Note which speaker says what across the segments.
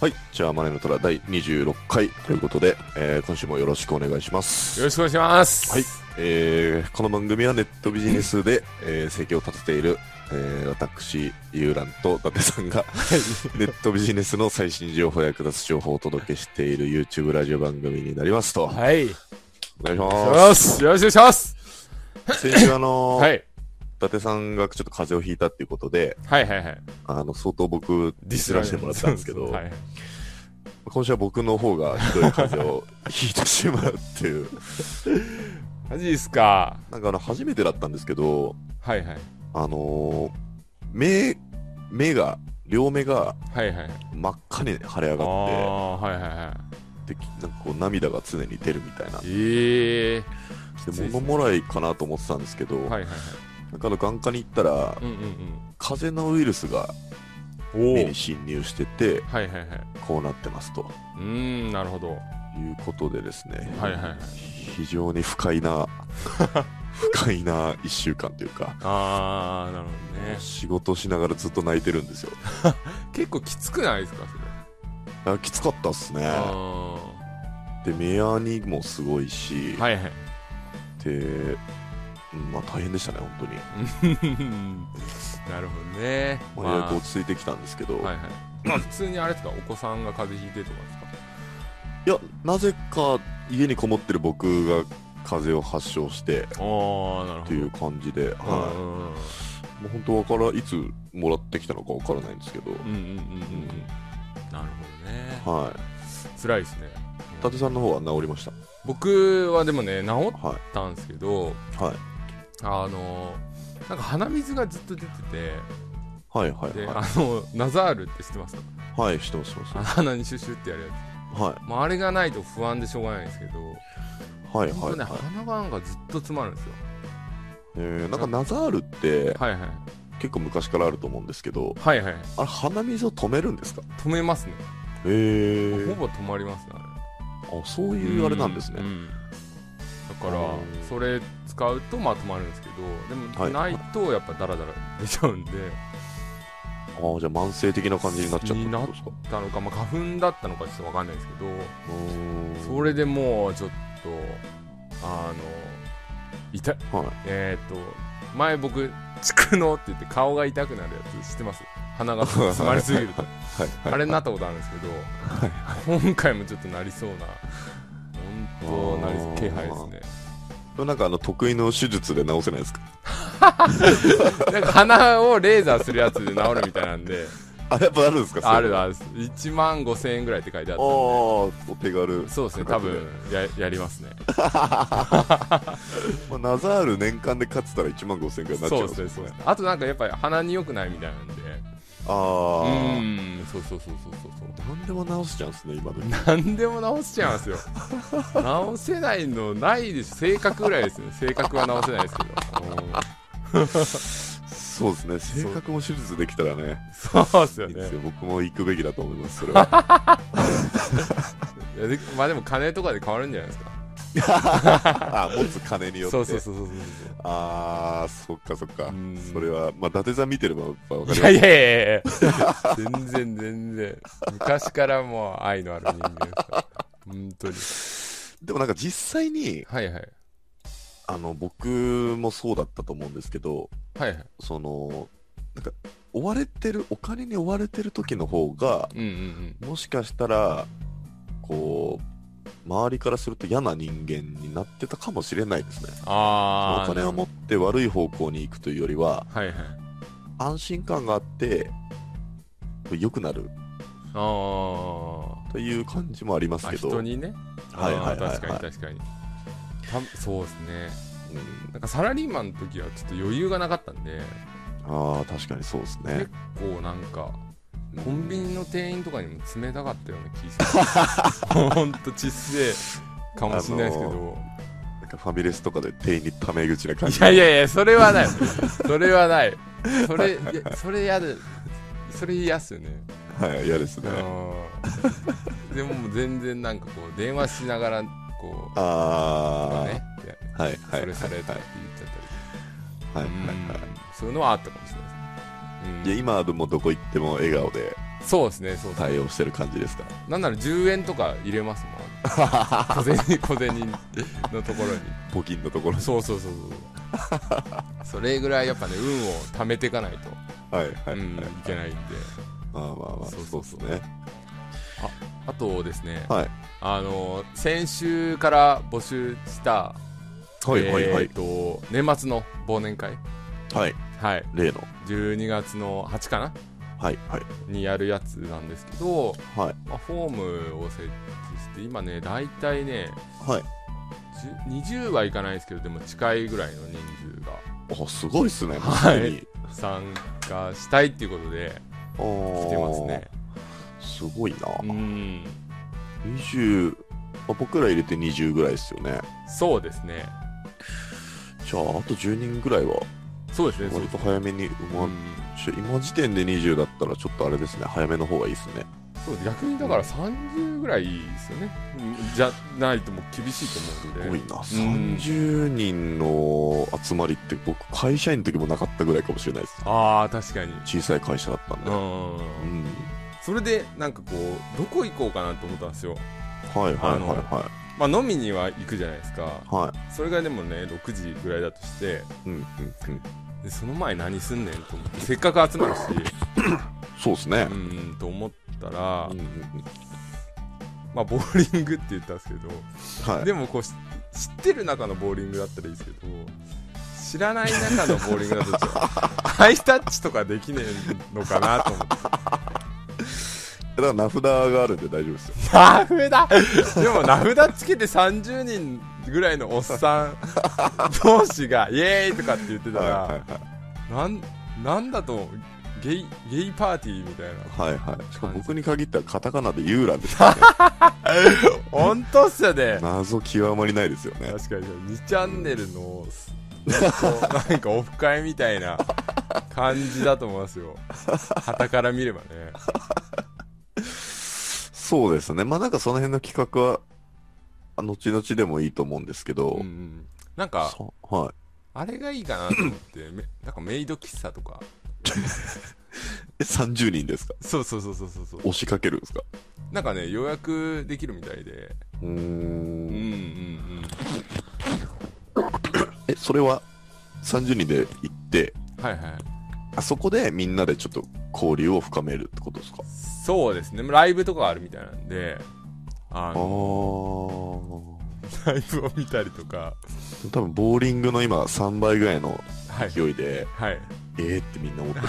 Speaker 1: はい。じゃあ、マネの虎第26回ということで、えー今週もよろしくお願いします。
Speaker 2: よろしくお願いします。
Speaker 1: はい。えーこの番組はネットビジネスで、えー、生計を立てている、えー私、ゆうらんと伊達さんが、 ネットビジネスの最新情報や役立つ情報をお届けしている YouTube ラジオ番組になりますと。
Speaker 2: はい。よ
Speaker 1: お願いし
Speaker 2: ろ
Speaker 1: ま
Speaker 2: しくお願いします。
Speaker 1: す。先週、あのー
Speaker 2: は、い。
Speaker 1: 伊達さんがちょっと風邪をひいたっていうことで、
Speaker 2: はいはいはい。
Speaker 1: あの、相当僕、ディスらせてもらったんですけど、
Speaker 2: はい。
Speaker 1: 今週は僕の方がひどい風邪をひいてしまうっていう。
Speaker 2: マジですか。
Speaker 1: なんかあの、初めてだったんですけど、
Speaker 2: はいはい。
Speaker 1: あのー目、目が、両目が
Speaker 2: はいはい。
Speaker 1: 真っ赤に腫れ上
Speaker 2: あ
Speaker 1: がっ
Speaker 2: あ、はいはいは
Speaker 1: て、でなんかこう涙が常に出るみたいな。
Speaker 2: い。ええ
Speaker 1: で、物もらいかなと思ってたんですけど、
Speaker 2: はいはいはい。
Speaker 1: なんかあの、眼科に行ったら
Speaker 2: う、ん
Speaker 1: 風邪のウイルスが
Speaker 2: うんうん。おお
Speaker 1: 目。に侵入してて、
Speaker 2: はいはいはい。
Speaker 1: こうなってますと
Speaker 2: うーん、なるほ
Speaker 1: い
Speaker 2: ど。
Speaker 1: うことでですね、
Speaker 2: はいはいはい。
Speaker 1: 非常に不快 な、不快な一週間というか、
Speaker 2: ああ、なるほどね。
Speaker 1: 仕事しながらずっと泣いてるんですよ。
Speaker 2: 結構きつくないですか、それ。
Speaker 1: あきつかったっすね。
Speaker 2: あ
Speaker 1: で、目やにもすごいし、
Speaker 2: あ。はいはい。
Speaker 1: で、うんまあ大変でしたね、本当に。
Speaker 2: なるほどね。
Speaker 1: まあ、ようやく落ち着いてきたんですけど、
Speaker 2: はいはい。普通にあれですか、お子さんが風邪ひいてとかですか
Speaker 1: いや、なぜか家にこもってる僕が風邪を発症して、
Speaker 2: ああ、なるほど。
Speaker 1: っていう感じで、
Speaker 2: うん
Speaker 1: はい。もう本当わからいつもらってきたのかわからないんですけど、
Speaker 2: うんうんうんうんうん。なるほどね。
Speaker 1: はい。
Speaker 2: 辛いですね。
Speaker 1: 伊達さんの方は治りました。
Speaker 2: 僕はでもね、治
Speaker 1: は
Speaker 2: ったんですけど、
Speaker 1: い。はい。
Speaker 2: あの、なんか鼻水がずっと出て
Speaker 1: はいはい
Speaker 2: て、で、
Speaker 1: は
Speaker 2: あの、ナザールって知ってます
Speaker 1: い。はい、してます、してます。
Speaker 2: あの鼻にシュシュってやるやつ。
Speaker 1: はい。
Speaker 2: まあ、あれがないと不安でしょうがないんですけど、
Speaker 1: はいはい、
Speaker 2: 本当ね、
Speaker 1: はい
Speaker 2: 鼻がなんかずっと詰まるんですよ。
Speaker 1: えーなんかナザールって
Speaker 2: はいはい。
Speaker 1: 結構昔からあると思うんですけど
Speaker 2: はいはい。
Speaker 1: あれ鼻水を止めるんですか
Speaker 2: 止めますね。
Speaker 1: へ
Speaker 2: ほ
Speaker 1: え
Speaker 2: ぼ止まりますね、あれ。
Speaker 1: あそういうあれなんですね、
Speaker 2: ううんだか
Speaker 1: あ
Speaker 2: ら
Speaker 1: ー
Speaker 2: それ使うとまとまるんですけど
Speaker 1: は
Speaker 2: でも
Speaker 1: い
Speaker 2: ないとやっぱダラダラ出ちゃうんで、
Speaker 1: ああじゃあ慢性的な感じになっちゃったってことですか
Speaker 2: なのか、まあ、花粉だったのかちょっとわかんないですけど
Speaker 1: うーん
Speaker 2: それでもうちょっとあの痛い、
Speaker 1: はい
Speaker 2: えっ、と前僕「ちくの」って言って顔が痛くなるやつ知ってます鼻が詰まりすぎる と
Speaker 1: はい
Speaker 2: あ
Speaker 1: はい
Speaker 2: れになったことあるんですけど、今回もちょっとなりそうな本当なりそう気配ですね
Speaker 1: でもなんかあの得意の手術で治せないですか
Speaker 2: なんか鼻をレーザーするやつで治るみたいな んで、
Speaker 1: あやっぱあるんですか
Speaker 2: ある
Speaker 1: あ
Speaker 2: ある、1万5千円ぐらいって書いてあ
Speaker 1: あ
Speaker 2: っ
Speaker 1: ー
Speaker 2: たん
Speaker 1: お手軽
Speaker 2: で、そうですね、多
Speaker 1: 価格で
Speaker 2: 分ややりますね。
Speaker 1: まあ、ナザール年間で勝ってたら1万5000円ぐらいになっちゃ
Speaker 2: そううんですね、そうですね。あとなんかやっぱり鼻に良くないみたいなんで、
Speaker 1: あ
Speaker 2: う
Speaker 1: あ、
Speaker 2: ーん、そうそうそうそうそうそう。
Speaker 1: 何でも治すチャンスね今の
Speaker 2: 何でも直しちゃいますよ。直せないのないでしょ、性格ぐらいですね、性格は直せないですけど。 うん
Speaker 1: そうですね性格も手術できたらね
Speaker 2: そうですよ
Speaker 1: いい
Speaker 2: ね。
Speaker 1: ですよ僕も行くべきだと思いますそれ は
Speaker 2: いやでまあでも金とかで変わるんじゃないですか。
Speaker 1: あ持つ金によって
Speaker 2: そうそうそうそうそう
Speaker 1: ああそっかそっか
Speaker 2: うん
Speaker 1: それはまあ伊達さん見てればやっぱ分か
Speaker 2: い
Speaker 1: り
Speaker 2: や
Speaker 1: ます
Speaker 2: いやいや いや全然全然昔からもう愛のある人間ですから本当に
Speaker 1: でもなんか実際に
Speaker 2: はいはい
Speaker 1: あの僕もそうだったと思うんですけど
Speaker 2: はいはい
Speaker 1: そのなんか追われてるお金に追われてる時の方が
Speaker 2: うんうん
Speaker 1: もしかしたらこう周りからすると嫌な人間になってたかもしれないですね
Speaker 2: うんあ
Speaker 1: お
Speaker 2: あ
Speaker 1: 金を持って悪い方向に行くというよりは
Speaker 2: はいはい
Speaker 1: 安心感があって良くなる
Speaker 2: あ
Speaker 1: という感じもありま
Speaker 2: ー
Speaker 1: す
Speaker 2: あ
Speaker 1: けど
Speaker 2: 人にね
Speaker 1: はいはいはいはい
Speaker 2: あー確かに確かにたそうですね
Speaker 1: うん
Speaker 2: なんかサラリーマンの時はちょっと余裕がなかったんで
Speaker 1: ああ確かにそうですね
Speaker 2: 結構なんかコンビニの店員とかにも冷たかったような気がする ほんとちっせえかもしれないですけど、
Speaker 1: あのなんかファミレスとかで店員にタメ口な感
Speaker 2: い
Speaker 1: じ
Speaker 2: やいやいや、それはない。それはない。それいやそれやだそれ嫌っすよね
Speaker 1: はい、嫌ですね。
Speaker 2: うんでももう全然なんかこう電話しながらこう
Speaker 1: ああ、
Speaker 2: ねって
Speaker 1: はいはい
Speaker 2: それされた
Speaker 1: は
Speaker 2: っ
Speaker 1: い
Speaker 2: て言っちゃったり
Speaker 1: はいはい
Speaker 2: うんそういうのはあったかもしれない
Speaker 1: い
Speaker 2: で
Speaker 1: や
Speaker 2: す、
Speaker 1: 今はでもどこ行っても笑顔で
Speaker 2: うん、そうですねそうですね
Speaker 1: 対応してる感じですか
Speaker 2: なんなら10円とか入れ ますもん小銭小銭のところに
Speaker 1: ポキンのところ
Speaker 2: そうそうそうそうそれぐらいやっぱね運を貯めていかないと、
Speaker 1: はいはいはい、
Speaker 2: うん、いけないんで
Speaker 1: まあまあまあ
Speaker 2: そ
Speaker 1: そうう
Speaker 2: そう
Speaker 1: です
Speaker 2: そう
Speaker 1: ね
Speaker 2: あとですね、
Speaker 1: はい
Speaker 2: あの先週から募集した、
Speaker 1: はいはいは
Speaker 2: え
Speaker 1: い
Speaker 2: ー、と年末の忘年会、
Speaker 1: はい
Speaker 2: はい、
Speaker 1: 例の
Speaker 2: 12月の8かな
Speaker 1: はいはい
Speaker 2: にやるやつなんですけ
Speaker 1: は
Speaker 2: ど、
Speaker 1: い
Speaker 2: まあ、フォームを設置して今ね大体ね
Speaker 1: はい
Speaker 2: 10 20はいかないですけどでも近いぐらいの人数が
Speaker 1: おすごいっすね
Speaker 2: はい
Speaker 1: もうすでに
Speaker 2: 参加したいっていうことで
Speaker 1: あー
Speaker 2: 来てますね
Speaker 1: すごいな、
Speaker 2: うん
Speaker 1: 20あ僕ら入れて20ぐらいですよね
Speaker 2: そうですね
Speaker 1: じゃああと10人ぐらいは
Speaker 2: そうですねそう
Speaker 1: 割と早めに埋まっ
Speaker 2: うん
Speaker 1: ちゃ今時点で20だったらちょっとあれですね早めの方がいいですね
Speaker 2: そう逆にだから30ぐらいですよね、うんじゃないともう厳しい
Speaker 1: す
Speaker 2: と思うん
Speaker 1: ごい
Speaker 2: で
Speaker 1: な、30人の集まりって僕会社員の時もなかったぐらいかもしれないです
Speaker 2: ああ確かに
Speaker 1: 小さい会社だったんで
Speaker 2: う
Speaker 1: うん
Speaker 2: んそれでなんかこうどこ行こうかなと思ったんですよ
Speaker 1: はいはいは
Speaker 2: あ
Speaker 1: い
Speaker 2: の
Speaker 1: は
Speaker 2: まあ飲みには行くじゃないですか
Speaker 1: いは
Speaker 2: それがでもね6時ぐらいだとして
Speaker 1: いうんうんうん
Speaker 2: でその前何すんねんと思ってせっかく集まるし
Speaker 1: そうですね
Speaker 2: う、んと思った
Speaker 1: う
Speaker 2: ら、
Speaker 1: んうんうん
Speaker 2: まあボーリングって言ったんですけど
Speaker 1: はい
Speaker 2: でもこうし知ってる中のボーリングだったらいいですけど知らない中のボーリングだとちょっとハイタッチとかできねえのかなと思って
Speaker 1: だから名札があるんで大丈夫ですよ
Speaker 2: 名札でも名札つけて30人ぐらいのおっさん同士がイエーイとかって言ってたら、
Speaker 1: はい
Speaker 2: なんなんだとゲイゲイパーティーみたいな
Speaker 1: はいはいはいしかも僕に限ってはカタカナでユーランです からね
Speaker 2: 本当っすよね
Speaker 1: 謎極まりないですよね
Speaker 2: 確かに2チャンネルのすなんかオフ会みたいな感じだと思いますよ旗から見ればね
Speaker 1: そうですねまあなんかその辺の企画はあ後々でもいいと思うんですけど、
Speaker 2: うんうんなんか
Speaker 1: そはい
Speaker 2: あれがいいかなと思ってめなんかメイド喫茶とか
Speaker 1: え30人ですか
Speaker 2: そうそうそうそうそうそう
Speaker 1: 押しかけるんですか
Speaker 2: なんかね予約できるみたいで
Speaker 1: うー
Speaker 2: うんう
Speaker 1: ん
Speaker 2: んうん
Speaker 1: えそれは30人で行って
Speaker 2: はいはい
Speaker 1: あそこでみんなでちょっと交流を深めるってことですか
Speaker 2: そうですねライブとかあるみたいなんであ
Speaker 1: ああ
Speaker 2: の
Speaker 1: 多
Speaker 2: ライブを見たりとか
Speaker 1: 分ボーリングの今3倍ぐらいの
Speaker 2: はい
Speaker 1: 勢いで
Speaker 2: はい
Speaker 1: えーってみんな思 ってる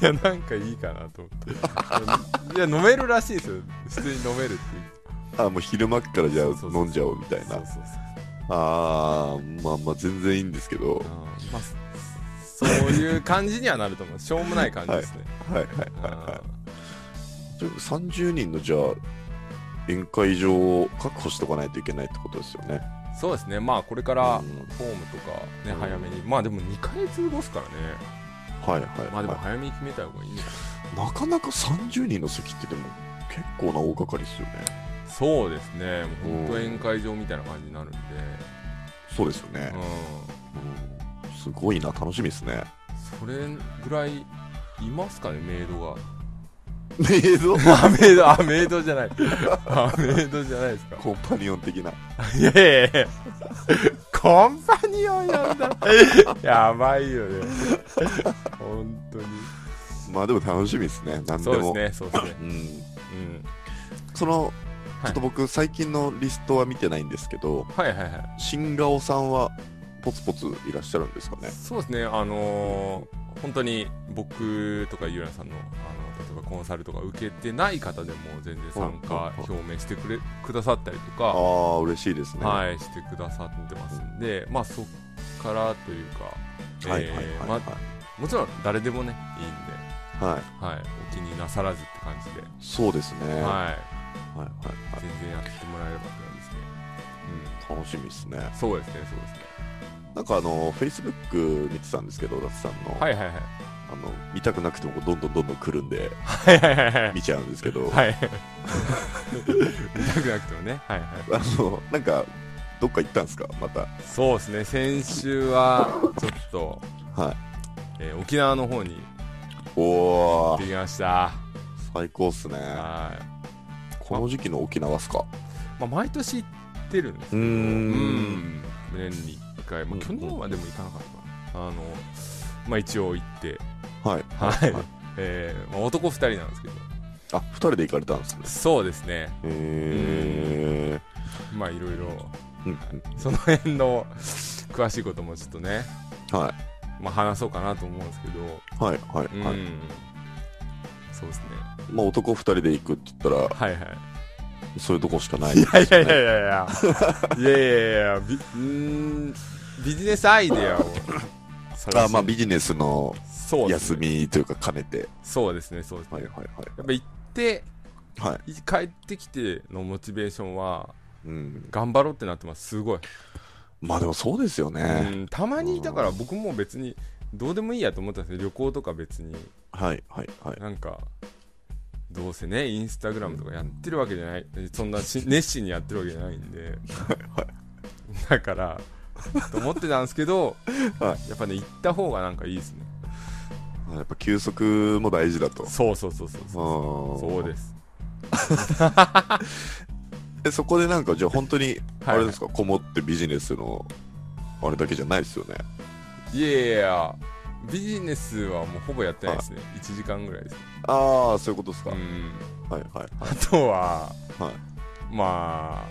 Speaker 2: いやなんかいいかなと思って いや飲めるらしいですよ普通に飲めるって
Speaker 1: あもう昼間っからじゃあ
Speaker 2: そうそうそう
Speaker 1: 飲んじゃおうみたい
Speaker 2: そ
Speaker 1: な
Speaker 2: うそう
Speaker 1: あーまあまあ全然いいんですけど
Speaker 2: そう、うんまあ、そそういう感じにはなると思うしょうもない感じですね、
Speaker 1: はいはいはいは
Speaker 2: う
Speaker 1: いちょ30人のじゃあ宴会場を確保しとかないといけないってことですよね
Speaker 2: んそうですねまあこれから
Speaker 1: うん
Speaker 2: フォームとかね、
Speaker 1: うん
Speaker 2: 早めにまあでも2ヶ月後っすからね
Speaker 1: はいはい、はい、
Speaker 2: まあでも早めに決めた方がいいのかな
Speaker 1: なかなか30人の席ってでも結構な大掛かりですよね
Speaker 2: そうですねもう本当
Speaker 1: うん
Speaker 2: 宴会場みたいな感じになるんで
Speaker 1: そうですよね
Speaker 2: う、
Speaker 1: うんすごいな楽しみですね
Speaker 2: んそれぐらいいますかねメイドが
Speaker 1: メイド
Speaker 2: あメイドあメイドじゃない あメイドじゃないです か
Speaker 1: コンパニオン的ない
Speaker 2: やいやいやコンパニオンやんだ。 やばいよね。本当に。
Speaker 1: まあでも楽しみですね何で
Speaker 2: そうで
Speaker 1: も
Speaker 2: すね、そうですね。
Speaker 1: うん、
Speaker 2: うん。
Speaker 1: その
Speaker 2: い
Speaker 1: ちょっと僕、最近のリストは見てないんですけど
Speaker 2: はいはいは
Speaker 1: 新顔さんはポツポツいらっしゃるんですかね
Speaker 2: い。そうですね、あのー本当に僕とかゆうやさんの、あの、例えばコンサルとか受けてない方でも全然参加
Speaker 1: うん
Speaker 2: 表明してくれ、くださったりと
Speaker 1: あ
Speaker 2: か、
Speaker 1: あ嬉しいですね、
Speaker 2: はい、してくださってますんで、まあそっからというか、
Speaker 1: はい
Speaker 2: え
Speaker 1: はい
Speaker 2: ー
Speaker 1: はい
Speaker 2: ま
Speaker 1: は
Speaker 2: あもちろん誰でもね、いいんで、
Speaker 1: い、はい、
Speaker 2: はい、お気になさらずって感じで、
Speaker 1: そうですね、は
Speaker 2: はい。
Speaker 1: いはいは
Speaker 2: 全然やってもらえればって感じですね。
Speaker 1: い、楽しみですね
Speaker 2: うん、そうですね、そうですね。
Speaker 1: なんかあの、Facebook 見てたんですけど、ダツさんの、
Speaker 2: はいはい はい
Speaker 1: あの見たくなくてもこうどんどんどんどん来るんで、
Speaker 2: はいはいはいはい
Speaker 1: 見ちゃうんですけど、
Speaker 2: はい 見たくなくてもねはいはい
Speaker 1: あの、なんか、どっか行ったんですかまた。
Speaker 2: そうですね先週はちょっと、
Speaker 1: はい。
Speaker 2: えー沖縄の方に
Speaker 1: お
Speaker 2: 行っ
Speaker 1: ー
Speaker 2: て、きました
Speaker 1: 最高っすね。
Speaker 2: はい、
Speaker 1: この時期の沖縄っすか
Speaker 2: まあ、毎年行ってるんですけ
Speaker 1: うー
Speaker 2: ど
Speaker 1: ん
Speaker 2: 年に1回、ま
Speaker 1: う
Speaker 2: あ、
Speaker 1: ん
Speaker 2: 去年はでも行かなかったかなあのまあ一応行って
Speaker 1: はい。
Speaker 2: はい、えーまあ、男2人なんですけど
Speaker 1: あ、二人で行かれたんですね。
Speaker 2: そうですね
Speaker 1: へ
Speaker 2: まあいろい
Speaker 1: ー
Speaker 2: ろ
Speaker 1: うんうん
Speaker 2: その辺の詳しいこともちょっとね、
Speaker 1: は
Speaker 2: まあ、話そうかなと思うんですけど、
Speaker 1: い。はい。は
Speaker 2: う
Speaker 1: い。
Speaker 2: ん
Speaker 1: はい。
Speaker 2: そうですね
Speaker 1: まあ、男二人で行くって言ったら、
Speaker 2: はいはい
Speaker 1: そういうとこしかない。
Speaker 2: いやいやいやいや いやいやいやいやビうーんビジネスアイデアを探し
Speaker 1: あまあ、ビジネスの
Speaker 2: そうです
Speaker 1: 休
Speaker 2: ね
Speaker 1: みというか兼ねて。
Speaker 2: そうですねそうです
Speaker 1: は
Speaker 2: ね、
Speaker 1: いは
Speaker 2: や
Speaker 1: いは
Speaker 2: っぱ行って
Speaker 1: い。はい。
Speaker 2: い帰ってきてのモチベーションは
Speaker 1: うん。
Speaker 2: 頑張ろうってなってますすごい、
Speaker 1: まあでもそうですよね。
Speaker 2: うんたまにだから僕も別にどうでもいいやと思ったんですけど旅行とか別に
Speaker 1: はいはいはい。
Speaker 2: なんかどうせねインスタグラムとかやってるわけじゃないそんな し熱心にやってるわけじゃないんでだからと思ってたんですけど、
Speaker 1: は
Speaker 2: やっぱね行った方がなんかいいですね
Speaker 1: やっぱ休息も大事だと。
Speaker 2: そうそうそうそうそうそう
Speaker 1: そ
Speaker 2: です
Speaker 1: でそこでなんかじゃあ本当に
Speaker 2: はい
Speaker 1: あれですか、こもってビジネスのあれだけじゃないですよね
Speaker 2: いやいやいやビジネスはもうほぼやってないですね1時間ぐらいです
Speaker 1: ああそういうことですか、
Speaker 2: うん
Speaker 1: はいはい
Speaker 2: あとは
Speaker 1: はい
Speaker 2: まあ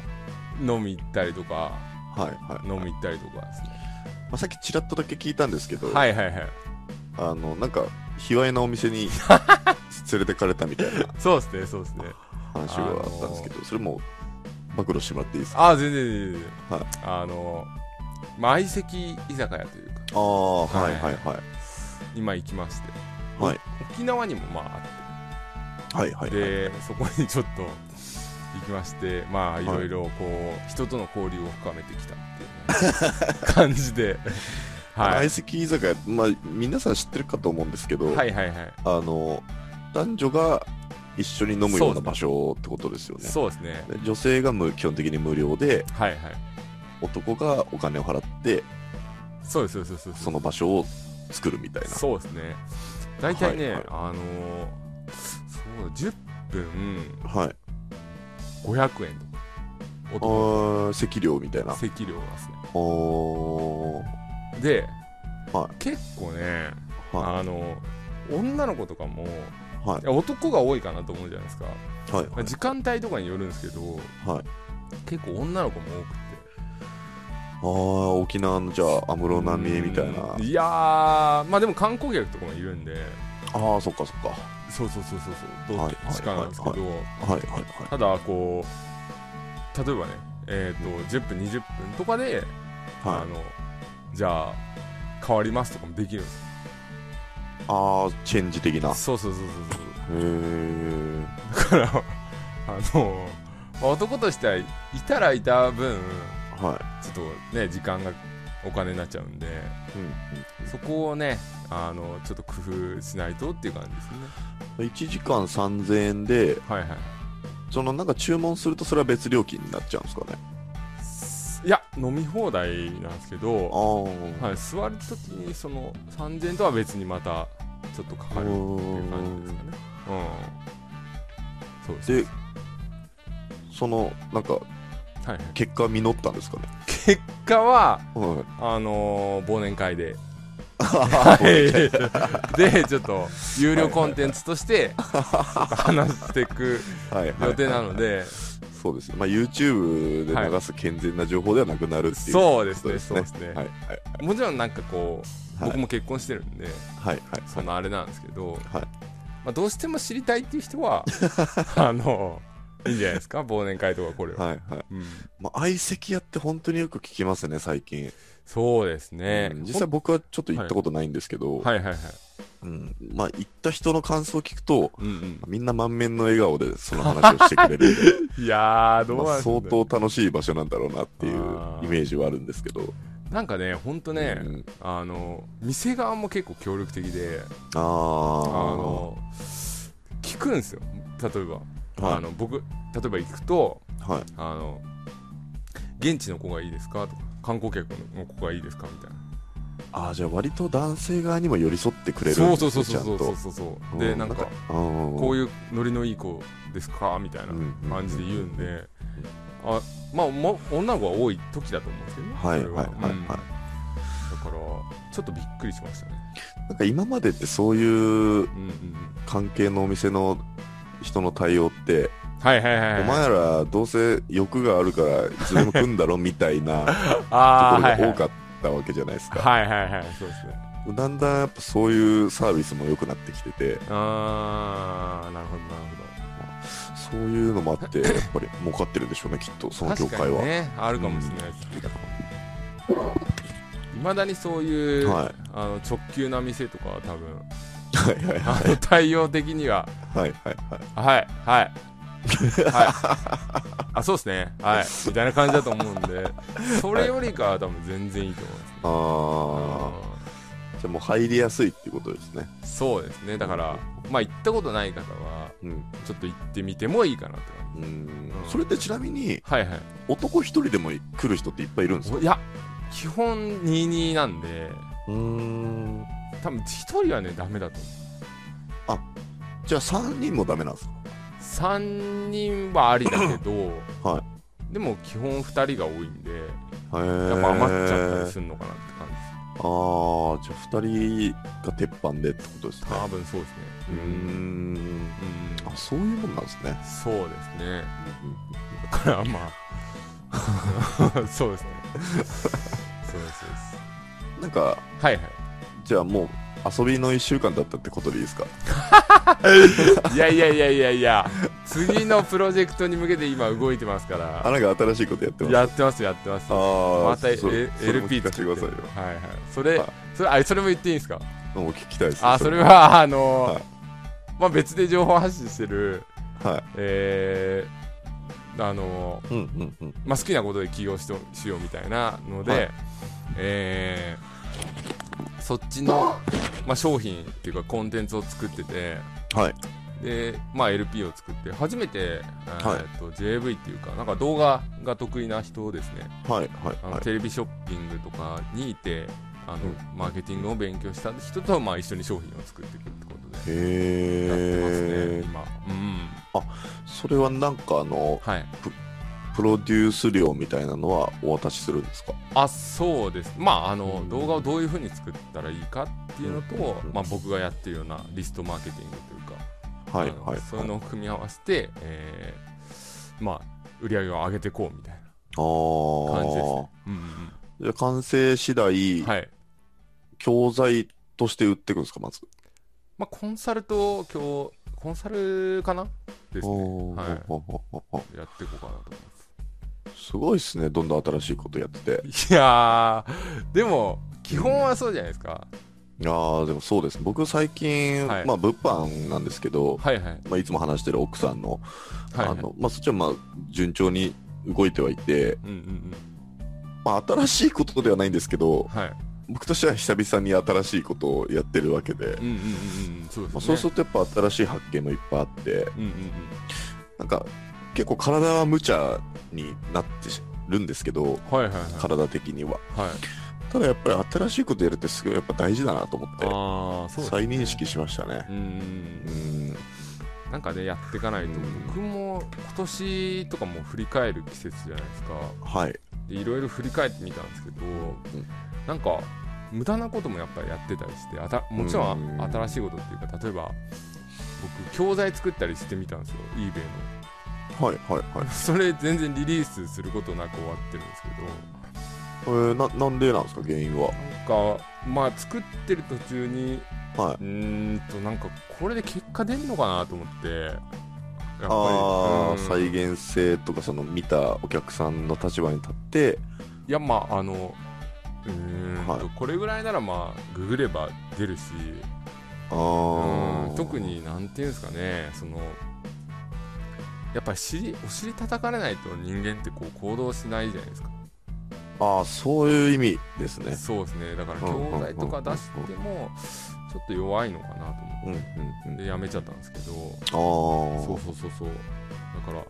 Speaker 2: 飲み行ったりとか
Speaker 1: はいはい、
Speaker 2: 飲
Speaker 1: ま
Speaker 2: み行ったりとかですね
Speaker 1: あ、さっきちらっとだけ聞いたんですけど、
Speaker 2: はいはいはい
Speaker 1: あのなんか卑猥なお店 に連れてかれたみたいな
Speaker 2: そうですねそうですね
Speaker 1: 話があったんですけど、それも暴露してもらっていいですか
Speaker 2: ああ全然全然全然、
Speaker 1: はい
Speaker 2: あのまあ相席居酒屋というか
Speaker 1: ああ
Speaker 2: は
Speaker 1: はいいはいはい
Speaker 2: 今行きまして
Speaker 1: はい
Speaker 2: 沖縄にもまああ
Speaker 1: はいは
Speaker 2: っ
Speaker 1: い
Speaker 2: て、
Speaker 1: はい
Speaker 2: でそこにちょっと行きましてまあいろいろこう、人との交流を深めてきたっていうね感 じで、は
Speaker 1: 相
Speaker 2: い、
Speaker 1: 席居酒屋、まあ、皆さん知ってるかと思うんですけど、
Speaker 2: はいはいはい
Speaker 1: あの男女が一緒に飲むよう
Speaker 2: そうです
Speaker 1: な
Speaker 2: ね
Speaker 1: 場所ってことですよね
Speaker 2: そうですね
Speaker 1: で女性がむ基本的に無料で
Speaker 2: はいはい
Speaker 1: 男がお金を払って
Speaker 2: そうですそうですそうです
Speaker 1: その場所を作るみたいな
Speaker 2: そうですね大体ね、
Speaker 1: はいはい
Speaker 2: あのーそう10分
Speaker 1: はい
Speaker 2: 500円とか
Speaker 1: あ
Speaker 2: 男
Speaker 1: ー席料みたいな
Speaker 2: 席料がですね
Speaker 1: おー
Speaker 2: で、
Speaker 1: は
Speaker 2: 結構ね、
Speaker 1: は
Speaker 2: あの女の子とかもい
Speaker 1: いはい
Speaker 2: や男が多いかなと思うじゃないですか、
Speaker 1: はい
Speaker 2: まあ時間帯とかによるんですけど
Speaker 1: はい
Speaker 2: 結構女の子も多くて
Speaker 1: あー沖縄のじゃあ安室奈美恵みたいな
Speaker 2: うんいやーまあでも観光客とかもいるんで
Speaker 1: ああそっかそっか
Speaker 2: そうそうそうそうそうど
Speaker 1: は
Speaker 2: う
Speaker 1: いはい
Speaker 2: 時間なんですけど、
Speaker 1: はいはい
Speaker 2: ただこう例えばねえっ、と10分20分とかで、
Speaker 1: はいは
Speaker 2: あ
Speaker 1: い
Speaker 2: のじゃあ変わりますとかもできるんですよ
Speaker 1: ああチェンジ的なへ
Speaker 2: そうそうそうそうそう
Speaker 1: え
Speaker 2: だから あの、まあ男としてはいたらいた分
Speaker 1: は
Speaker 2: ちょっとね時間がお金になっちゃうんで
Speaker 1: い、うん
Speaker 2: そこをねあのちょっと工夫しないとっていう感じですね
Speaker 1: 1時間3000円で
Speaker 2: はいはい
Speaker 1: そのなんか注文するとそれは別料金になっちゃうんですかね
Speaker 2: いや飲み放題なんですけ
Speaker 1: あ
Speaker 2: ど、
Speaker 1: あ
Speaker 2: はい、座るときにその3000円とは別にまたちょっとかかるっていう感じですかねうんそうです
Speaker 1: でそのなんか
Speaker 2: はいはい、
Speaker 1: 結果実ったんですかね
Speaker 2: 結果
Speaker 1: は
Speaker 2: は
Speaker 1: い
Speaker 2: あのー忘年 会で
Speaker 1: は
Speaker 2: でちょっと有料コンテンツとしてちょっと話していく
Speaker 1: はいはい
Speaker 2: 予定なので
Speaker 1: そうですね、まあ、YouTube で流す健全な情報ではなくなるっていう、
Speaker 2: そうです
Speaker 1: そう
Speaker 2: ね
Speaker 1: です
Speaker 2: そう
Speaker 1: ね
Speaker 2: です
Speaker 1: は
Speaker 2: ね
Speaker 1: いはい
Speaker 2: もちろんなんかこう
Speaker 1: はい
Speaker 2: 僕も結婚してるんで
Speaker 1: はいはい
Speaker 2: そのあれなんですけど
Speaker 1: はい
Speaker 2: まあどうしても知りたいっていう人はあのいいんじゃないですか忘年会とかこれは
Speaker 1: はいはい
Speaker 2: うん
Speaker 1: まあ相席屋って本当によく聞きますね最近、
Speaker 2: そうですね
Speaker 1: うん実際僕はちょっと行ったことないんですけど、
Speaker 2: はいはいはい
Speaker 1: うん、まあ行った人の感想を聞くと
Speaker 2: うんうん
Speaker 1: みんな満面の笑顔でその話をしてく れるんで
Speaker 2: いやーどう
Speaker 1: ま
Speaker 2: なん
Speaker 1: あ
Speaker 2: ですかね
Speaker 1: 相当楽しい場所なんだろうなっていうイメージはあるんですけど
Speaker 2: なんかね、ほんとね、
Speaker 1: うん
Speaker 2: あの店側も結構協力的で、
Speaker 1: あ
Speaker 2: あ
Speaker 1: あ
Speaker 2: の聞くんですよ、例えば、
Speaker 1: はい
Speaker 2: あの僕、例えば行くと
Speaker 1: はい
Speaker 2: あの、現地の子がいいですかとか、観光客の子がいいですかみたいな、
Speaker 1: あーじゃあ割と男性側にも寄り添ってくれる
Speaker 2: そうそうそうそう
Speaker 1: ちゃん
Speaker 2: そう
Speaker 1: と
Speaker 2: そうそうう、で、なん
Speaker 1: なん
Speaker 2: か、
Speaker 1: こ
Speaker 2: こう
Speaker 1: いう
Speaker 2: いうノリのいい子ですかみたいな感じで言うんで、あまあ、も女の子が多い時だと思うんですけどね、
Speaker 1: はい
Speaker 2: それ
Speaker 1: はいはい
Speaker 2: うん
Speaker 1: はい
Speaker 2: だから、ちょっとびっくりしましたね。
Speaker 1: なんか今までってそういう
Speaker 2: うんうんうん、
Speaker 1: 関係のお店の人の対応って、
Speaker 2: はいはいはいはい。
Speaker 1: お前らどうせ欲があるからいつでも来んだろみたい なとこ
Speaker 2: あ
Speaker 1: ろ
Speaker 2: ーはい
Speaker 1: が
Speaker 2: はい
Speaker 1: 多かったわけじゃないですか、
Speaker 2: はいはいはい、そうですね。
Speaker 1: だんだんやっぱそういうサービスも良くなってきてて
Speaker 2: あー、なるほどなる
Speaker 1: そういうのもあ ってやっぱり儲かってるんでしょうねきっとそ
Speaker 2: ほど。
Speaker 1: の業
Speaker 2: 確か
Speaker 1: 界
Speaker 2: に
Speaker 1: は、
Speaker 2: ね、あるかもしれないですね。いまだにそういう、
Speaker 1: はい
Speaker 2: あの直球な店とかは多分、
Speaker 1: はいはい
Speaker 2: あの対応的には、
Speaker 1: はいはいはい
Speaker 2: はい、 はい、はい。あ、そうですね、はい、みたいな感じだと思うんで、それよりかは多分全然いいと思います、ね。
Speaker 1: あーじゃあもう入りやすいっていうことですね
Speaker 2: うんそうですね、だから、まあ行ったことない方は、
Speaker 1: うん
Speaker 2: ちょっと行ってみてもいいかなって感じ。
Speaker 1: うんそれってちなみに
Speaker 2: はいはい。
Speaker 1: 男一人でも来る人っていっぱいいるんですか
Speaker 2: いや、基本22なんで、
Speaker 1: うん
Speaker 2: 多分一人はね、ダメだと思
Speaker 1: じゃあ3人もダメなんですか
Speaker 2: う。3人はありだけど、
Speaker 1: は
Speaker 2: でも基本2人が多いんで、
Speaker 1: へー
Speaker 2: やっぱ余っちゃったりするのかなって感じです。
Speaker 1: ああ、じゃあ2人が鉄板でってことですね。
Speaker 2: 多分そうですね。
Speaker 1: うーん。
Speaker 2: うん
Speaker 1: あ、そういうもんなんですね。
Speaker 2: そうですね。だからまあ、 そうですね。そうです、そうです。
Speaker 1: なんか、
Speaker 2: はいはい。
Speaker 1: じゃあもう遊びの1週間だったってことでいいですか
Speaker 2: いやいやいやいやいや、次のプロジェクトに向けて今動いてますか
Speaker 1: あ、な
Speaker 2: ら、
Speaker 1: んか新しいことやってます。
Speaker 2: やってます、やってます。
Speaker 1: ああ、
Speaker 2: またえ
Speaker 1: そ
Speaker 2: LP
Speaker 1: それも聞かせてくださいよ。
Speaker 2: はいはいそれ
Speaker 1: はい
Speaker 2: それあそれも言っていいんですか
Speaker 1: もう聞きたいです。
Speaker 2: あそれ。はあのー
Speaker 1: はい
Speaker 2: まあ別で情報発信してる
Speaker 1: は
Speaker 2: えーあのー
Speaker 1: い。うんうんうん。
Speaker 2: まあ好きなことで起業しとしようみたいなので、
Speaker 1: はい
Speaker 2: えーそっちの、まあ、商品っていうかコンテンツを作ってて
Speaker 1: はい。
Speaker 2: で、まあ、LP を作って初めて、
Speaker 1: はい
Speaker 2: えーっと JV っていうかなんか動画が得意な人ですね
Speaker 1: はい
Speaker 2: あ
Speaker 1: はい
Speaker 2: の
Speaker 1: はい。
Speaker 2: テレビショッピングとかにいてあの、マーケティングを勉強した人と、まあ、一緒に商品を作っていくってことでやってますね、
Speaker 1: へえ。
Speaker 2: 今うん
Speaker 1: それはなんかあの、
Speaker 2: はい
Speaker 1: プロデュース料みたいなのはお渡しするんですか
Speaker 2: あそうですまああの、
Speaker 1: うん
Speaker 2: 動画をどういうふうに作ったらいいかっていうのと、
Speaker 1: うん
Speaker 2: まあ、僕がやってるようなリストマーケティングというか、
Speaker 1: はい
Speaker 2: あの
Speaker 1: はい。
Speaker 2: そういうのを組み合わせて、えーまあ売り上げを上げていこうみたいな
Speaker 1: ああ。
Speaker 2: 感じですねうんうん
Speaker 1: じゃあ完成次
Speaker 2: う
Speaker 1: 第
Speaker 2: ん、はい
Speaker 1: 教材として売っていくんですか、まず。
Speaker 2: まあコンサルと今日コンサルかなですね
Speaker 1: お
Speaker 2: は
Speaker 1: ーおーおーおーおー
Speaker 2: いやっていこうかなと思います
Speaker 1: すごいですね、どんどん新しいことやってて。
Speaker 2: いやー、でも、基本はそうじゃないですか。
Speaker 1: ああ、でもそうです。僕最近、
Speaker 2: はい
Speaker 1: まあ物販なんですけど、
Speaker 2: はいはい。
Speaker 1: まあいつも話してる奥さんの、
Speaker 2: はい、
Speaker 1: あの、まあそっちはまあ順調に動いてはいて、
Speaker 2: うんうんうん。
Speaker 1: まあ新しいことではないんですけど、
Speaker 2: はい。
Speaker 1: 僕としては久々に新しいことをやってるわけで、
Speaker 2: うんうんうんうん。そうですね。
Speaker 1: まあ、そうするとやっぱ新しい発見もいっぱいあって、
Speaker 2: うんうんうん。
Speaker 1: なんか結構体は無茶になってるんですけど、
Speaker 2: はいはいはい。
Speaker 1: 体的には。
Speaker 2: はい、
Speaker 1: ただやっぱり新しいことやるってすごいやっぱ大事だなと思って、
Speaker 2: ああ、そうですね
Speaker 1: 再認識しましたね
Speaker 2: うんう
Speaker 1: う
Speaker 2: んうんん。なんかね、やっていかないと、
Speaker 1: うん
Speaker 2: 僕も今年とかも振り返る季節じゃないですか。
Speaker 1: はい
Speaker 2: でいろいろ振り返ってみたんですけど、
Speaker 1: ん
Speaker 2: なんか、無駄なこともやっぱりやってたりして、あたもちろ
Speaker 1: う
Speaker 2: ん
Speaker 1: ん
Speaker 2: 新しいことっていうか、例えば、僕、教材作ったりしてみたんですよ、eBay の。
Speaker 1: はいはいはい
Speaker 2: それ全然リリースすることなく終わってるんですけど
Speaker 1: えー、ななんでなんですか原因は
Speaker 2: なんかまあ作ってる途中に
Speaker 1: はいう
Speaker 2: ーんとなんかこれで結果出るのかなと思ってやっぱ
Speaker 1: あ
Speaker 2: り
Speaker 1: あ
Speaker 2: うん
Speaker 1: 再現性とかその見たお客さんの立場に立って
Speaker 2: いやまああのうーんと、
Speaker 1: はい
Speaker 2: これぐらいならまあググれば出るし
Speaker 1: あ
Speaker 2: うん
Speaker 1: ー
Speaker 2: 特になんていうんですかねそのやっぱり尻お尻叩かれないと人間ってこう行動しないじゃないですか
Speaker 1: ああ、そういう意味ですね。
Speaker 2: そうですねだから
Speaker 1: うんうんうんうん
Speaker 2: 教材とか出してもちょっと弱いのかなと思って
Speaker 1: うんうんうん。あ
Speaker 2: でやめちゃったんですけど
Speaker 1: あ。そ
Speaker 2: そうそうそうそうだから